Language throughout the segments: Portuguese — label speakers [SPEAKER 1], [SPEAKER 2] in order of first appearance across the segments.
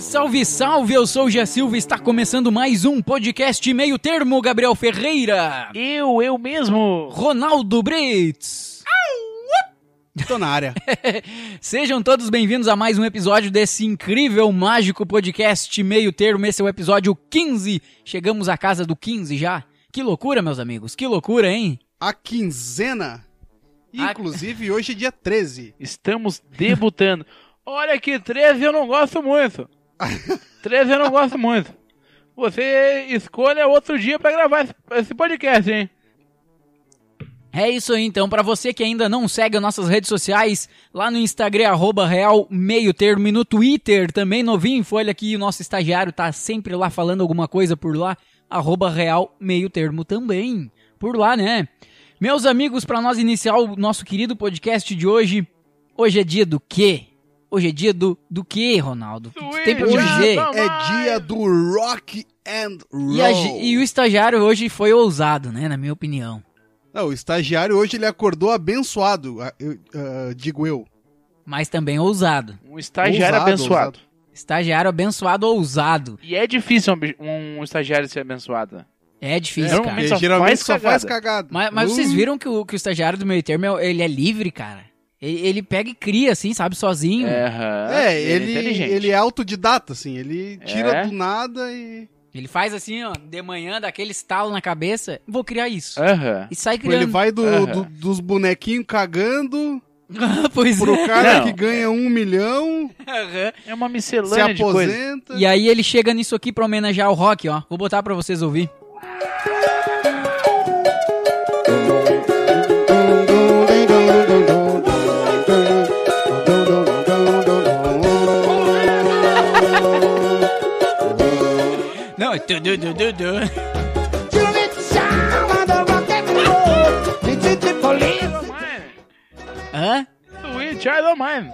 [SPEAKER 1] salve! Eu sou o Gia Silva e está começando mais um podcast meio termo, Gabriel Ferreira,
[SPEAKER 2] Eu, eu mesmo.
[SPEAKER 1] Ronaldo Brits.
[SPEAKER 3] Tô na área.
[SPEAKER 1] Sejam todos bem-vindos a mais um episódio desse incrível, mágico podcast meio termo. Esse é o episódio 15. Chegamos à casa do 15 já. Que loucura, meus amigos, que loucura, hein?
[SPEAKER 3] A quinzena.
[SPEAKER 1] A-
[SPEAKER 3] Inclusive, hoje é dia 13.
[SPEAKER 2] Estamos debutando. Olha que 13 eu não gosto muito. 13 eu não gosto muito. Você escolha outro dia pra gravar esse- esse podcast, hein?
[SPEAKER 1] É isso aí, então. Pra você que ainda não segue as nossas redes sociais, lá no Instagram, arroba real meio termo, e no Twitter também, novinho em folha aqui, o nosso estagiário tá sempre lá falando alguma coisa por lá, arroba real meio termo também, por lá, né? Meus amigos, pra nós iniciar o nosso querido podcast de hoje, hoje é dia do quê? Hoje é dia do, do quê, Ronaldo? O que tu tem pra me
[SPEAKER 3] Hoje
[SPEAKER 1] dizer?
[SPEAKER 2] Não
[SPEAKER 3] é
[SPEAKER 2] mais.
[SPEAKER 3] dia do rock and roll.
[SPEAKER 1] E, a ge- e o estagiário hoje foi ousado, né, na minha opinião.
[SPEAKER 3] Não, o estagiário hoje ele acordou abençoado, ah, eu- ah, digo eu.
[SPEAKER 1] Mas também ousado.
[SPEAKER 2] Um estagiário
[SPEAKER 3] Ousado,
[SPEAKER 2] abençoado.
[SPEAKER 1] Estagiário abençoado ousado.
[SPEAKER 2] E é difícil um, bi- um estagiário ser abençoado.
[SPEAKER 1] É
[SPEAKER 2] É
[SPEAKER 1] difícil, cara.
[SPEAKER 2] um momento- Ele só
[SPEAKER 3] geralmente
[SPEAKER 2] faz
[SPEAKER 3] só faz cagada.
[SPEAKER 1] Mas, mas
[SPEAKER 3] Uh.
[SPEAKER 1] vocês viram que o, que o estagiário do meio termo, é o- ele é livre, cara. Ele, ele pega e cria, assim, sabe, sozinho.
[SPEAKER 2] Aham,
[SPEAKER 3] É, ele,
[SPEAKER 2] né? inteligente.
[SPEAKER 3] ele é autodidata, assim. Ele tira
[SPEAKER 2] É.
[SPEAKER 3] do nada e.
[SPEAKER 1] Ele faz assim, ó, de manhã, dá aquele estalo na cabeça, vou criar isso.
[SPEAKER 2] Aham.
[SPEAKER 1] E sai
[SPEAKER 3] Tipo, ele
[SPEAKER 1] criando.
[SPEAKER 3] vai do,
[SPEAKER 2] Aham.
[SPEAKER 3] do- dos bonequinhos cagando
[SPEAKER 1] pois
[SPEAKER 3] pro
[SPEAKER 1] é.
[SPEAKER 3] cara
[SPEAKER 2] Não.
[SPEAKER 3] que ganha um milhão,
[SPEAKER 1] Aham.
[SPEAKER 2] É uma
[SPEAKER 3] se
[SPEAKER 2] miscelânea de coisas.
[SPEAKER 3] aposenta.
[SPEAKER 1] E aí ele chega nisso aqui pra homenagear o rock, ó. Vou botar pra vocês ouvir. Não, é tu, du, du, du, du.
[SPEAKER 2] Child of Mine.
[SPEAKER 1] Hã?
[SPEAKER 2] Sweet Child of Mine.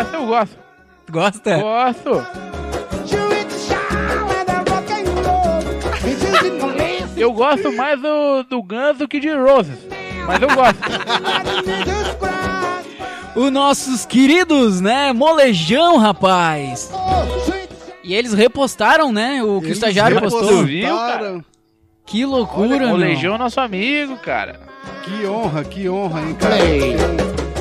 [SPEAKER 2] Essa eu gosto.
[SPEAKER 1] Tu Gosta?
[SPEAKER 2] Gosto. Eu gosto mais do, do Guns do que de Roses. Mas eu gosto.
[SPEAKER 1] Os nossos queridos, né? Molejão, rapaz. E eles repostaram, né? O que o
[SPEAKER 3] Eles
[SPEAKER 1] estagiário
[SPEAKER 2] Tu
[SPEAKER 1] postou.
[SPEAKER 2] repostaram. viu, cara?
[SPEAKER 3] repostaram.
[SPEAKER 1] Que loucura,
[SPEAKER 2] o
[SPEAKER 1] meu.
[SPEAKER 2] Legião é nosso amigo, cara.
[SPEAKER 3] Que honra, que honra, hein, cara? Tem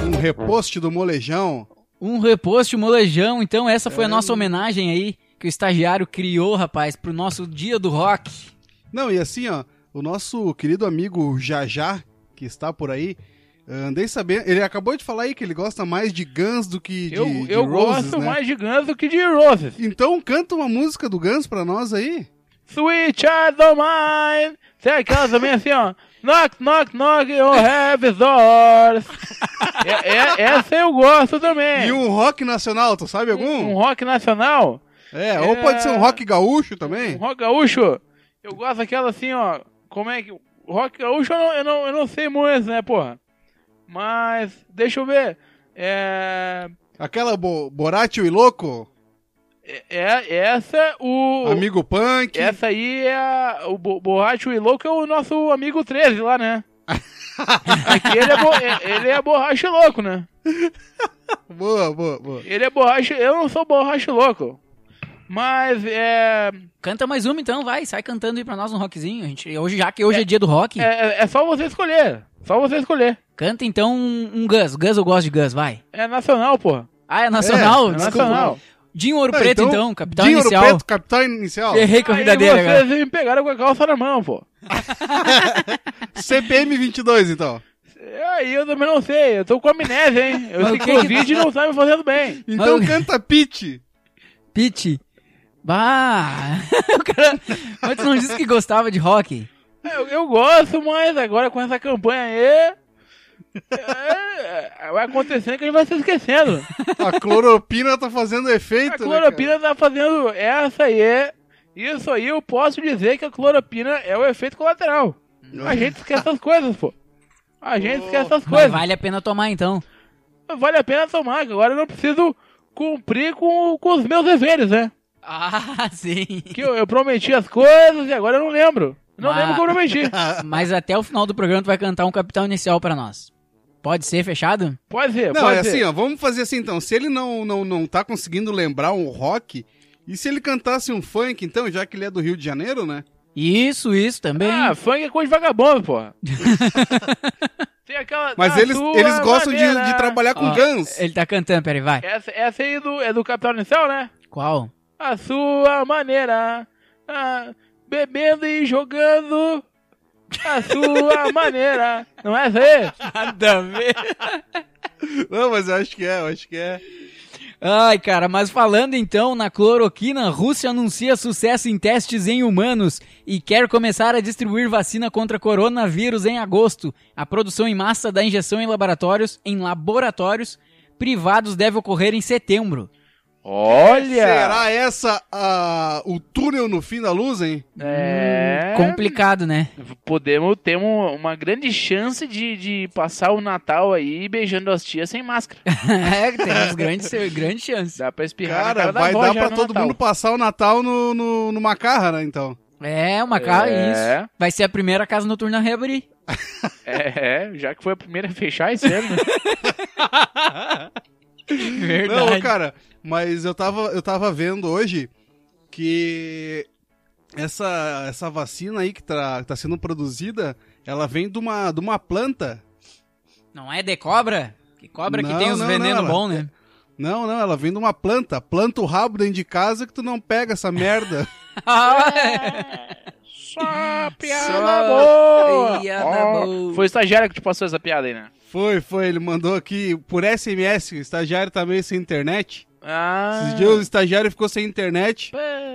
[SPEAKER 3] Um, um reposte do molejão.
[SPEAKER 1] Um reposto, um molejão. Então, essa foi a nossa homenagem aí que o estagiário criou, rapaz, pro nosso dia do rock.
[SPEAKER 3] Não, e assim, ó, o nosso querido amigo Jajá, que está por aí, ah, andei sabendo. Ele acabou de falar aí que ele gosta mais de Guns do que de,
[SPEAKER 2] eu
[SPEAKER 3] de
[SPEAKER 2] eu
[SPEAKER 3] Roses,
[SPEAKER 2] gosto
[SPEAKER 3] né?
[SPEAKER 2] mais de Guns do que de Roses.
[SPEAKER 3] Então canta uma música do Guns pra nós aí.
[SPEAKER 2] Sweet Child of Mine. Tem aquela também assim, ó. Knock, knock, knock, you have doors. É- é- essa eu gosto também.
[SPEAKER 3] E um rock nacional, tu sabe
[SPEAKER 2] É. Um
[SPEAKER 3] algum?
[SPEAKER 2] rock nacional.
[SPEAKER 3] é, ou pode ser um rock gaúcho
[SPEAKER 2] Um
[SPEAKER 3] também.
[SPEAKER 2] rock gaúcho. Eu gosto daquela assim, ó. Como é que. Rock gaúcho eu não, eu não, eu não sei muito, né, porra? Mas. Deixa eu ver. É.
[SPEAKER 3] Aquela bo Borátil e Louco,
[SPEAKER 2] é- é essa o.
[SPEAKER 3] Amigo Punk.
[SPEAKER 2] Essa aí Oh. é a, o Bo- Borracho e Louco é o nosso amigo 13 lá, né? Aqui ele é, bo- é- ele é borracho e louco, né?
[SPEAKER 3] Boa, boa, boa.
[SPEAKER 2] Ele é borracho. Eu não sou borracho e louco. Mas é,
[SPEAKER 1] Canta mais uma então, vai, sai cantando aí pra nós um rockzinho. A gente, hoje, já que hoje é, dia do rock,
[SPEAKER 2] é. É só você escolher. Só você escolher.
[SPEAKER 1] canta então um, um Gus. Gus eu gosto de Gus, vai.
[SPEAKER 2] É nacional, porra.
[SPEAKER 1] Ah, é nacional?
[SPEAKER 3] É,
[SPEAKER 2] É
[SPEAKER 1] Desculpa.
[SPEAKER 2] nacional.
[SPEAKER 1] Dinho Ouro
[SPEAKER 3] Ah,
[SPEAKER 1] Preto então, capital
[SPEAKER 3] Dinho Ouro
[SPEAKER 1] inicial.
[SPEAKER 3] Preto, capital inicial.
[SPEAKER 1] Errei com a vida
[SPEAKER 2] Aí
[SPEAKER 1] dele né?
[SPEAKER 2] vocês
[SPEAKER 1] agora.
[SPEAKER 2] me pegaram com a calça na mão, pô.
[SPEAKER 3] CPM 22, então.
[SPEAKER 2] Aí eu também não sei, eu tô com amnésia, hein? Eu
[SPEAKER 1] Mas
[SPEAKER 2] sei
[SPEAKER 1] o
[SPEAKER 2] que
[SPEAKER 1] que que-
[SPEAKER 2] Covid não tá me fazendo bem.
[SPEAKER 3] Então
[SPEAKER 1] Mas-
[SPEAKER 3] canta Pete.
[SPEAKER 1] Pete. Bah! o cara antes não disse que gostava de rock.
[SPEAKER 2] É, Eu, eu gosto, mas agora com essa campanha aí. é, vai acontecendo que a gente vai se esquecendo.
[SPEAKER 3] A cloropina tá fazendo efeito.
[SPEAKER 2] A
[SPEAKER 3] né,
[SPEAKER 2] cloropina tá fazendo essa aí. Isso aí eu posso dizer que a cloropina é o efeito colateral.
[SPEAKER 3] é
[SPEAKER 2] A gente esquece essas coisas, pô. A gente esquece essas
[SPEAKER 1] Mas
[SPEAKER 2] coisas.
[SPEAKER 1] vale a pena tomar então.
[SPEAKER 2] Vale a pena tomar, que agora eu não preciso cumprir com, com os meus deveres, né?
[SPEAKER 1] Ah, sim.
[SPEAKER 2] Que eu, eu prometi as coisas e agora eu não lembro. Não
[SPEAKER 1] Mas-
[SPEAKER 2] lembro o que eu prometi.
[SPEAKER 3] cara?
[SPEAKER 1] Mas até o final do programa tu vai cantar um capital inicial pra nós. Pode ser fechado?
[SPEAKER 2] Pode ser,
[SPEAKER 3] Não,
[SPEAKER 2] pode
[SPEAKER 3] é
[SPEAKER 2] ser.
[SPEAKER 3] assim, ó, vamos fazer assim então. Se ele não, não, não tá conseguindo lembrar um rock, e se ele cantasse um funk, então, já que ele é do Rio de Janeiro, né?
[SPEAKER 1] Isso, isso também.
[SPEAKER 2] Ah, funk é coisa de vagabundo, porra. Tem aquela.
[SPEAKER 3] Mas
[SPEAKER 2] na
[SPEAKER 3] eles,
[SPEAKER 2] sua
[SPEAKER 3] eles gostam de,
[SPEAKER 2] maneira. Ah, é.
[SPEAKER 3] de trabalhar com
[SPEAKER 1] Ó,
[SPEAKER 3] Guns.
[SPEAKER 1] Ele tá cantando, peraí, vai.
[SPEAKER 2] Essa, essa aí do, é do Capital Inicial, né?
[SPEAKER 1] Qual?
[SPEAKER 2] A sua maneira. ah, bebendo e jogando. A sua maneira. Não é essa aí?
[SPEAKER 1] Nada a ver.
[SPEAKER 3] Não, mas eu acho que é, eu acho que é.
[SPEAKER 1] Ai, cara, mas falando então na cloroquina, Rússia anuncia sucesso em testes em humanos e quer começar a distribuir vacina contra coronavírus em agosto. A produção em massa da injeção em laboratórios, em laboratórios privados deve ocorrer em setembro.
[SPEAKER 2] Olha!
[SPEAKER 3] Será essa a, o túnel no fim da luz, hein?
[SPEAKER 2] É.
[SPEAKER 1] Complicado, né?
[SPEAKER 2] Podemos ter um- uma grande chance de, de passar o Natal aí beijando as tias sem máscara.
[SPEAKER 1] é, tem grandes, grandes chances.
[SPEAKER 2] Dá pra espirrar na
[SPEAKER 3] Cara,
[SPEAKER 2] cara da
[SPEAKER 3] vai
[SPEAKER 2] avó
[SPEAKER 3] dar
[SPEAKER 2] já
[SPEAKER 3] pra
[SPEAKER 2] no
[SPEAKER 3] todo
[SPEAKER 2] Natal.
[SPEAKER 3] mundo passar o Natal no, no, numa carra, né, então?
[SPEAKER 1] É, uma casa,
[SPEAKER 2] É.
[SPEAKER 1] isso. Vai ser a primeira casa noturna a reabrir.
[SPEAKER 2] É, é, já que foi a primeira a fechar esse ano. né?
[SPEAKER 1] Verdade.
[SPEAKER 3] Não, cara, mas eu tava, eu tava vendo hoje que essa, essa vacina aí que tá, tá sendo produzida, ela vem de uma, de uma planta.
[SPEAKER 1] Não é de cobra? Que cobra que
[SPEAKER 3] Não,
[SPEAKER 1] tem os
[SPEAKER 3] não,
[SPEAKER 1] venenos
[SPEAKER 3] não,
[SPEAKER 1] bons, né?
[SPEAKER 3] Não, não, ela vem de uma planta. Planta o rabo dentro de casa que tu não pega essa merda.
[SPEAKER 2] Só piada
[SPEAKER 1] Só
[SPEAKER 2] boa!
[SPEAKER 1] piada
[SPEAKER 2] Ó,
[SPEAKER 1] boa.
[SPEAKER 2] Foi o estagiário que te passou essa piada aí, né?
[SPEAKER 3] foi, foi, ele mandou aqui por SMS, o estagiário tá meio sem internet.
[SPEAKER 2] Ah.
[SPEAKER 3] Esses dias o estagiário ficou sem internet.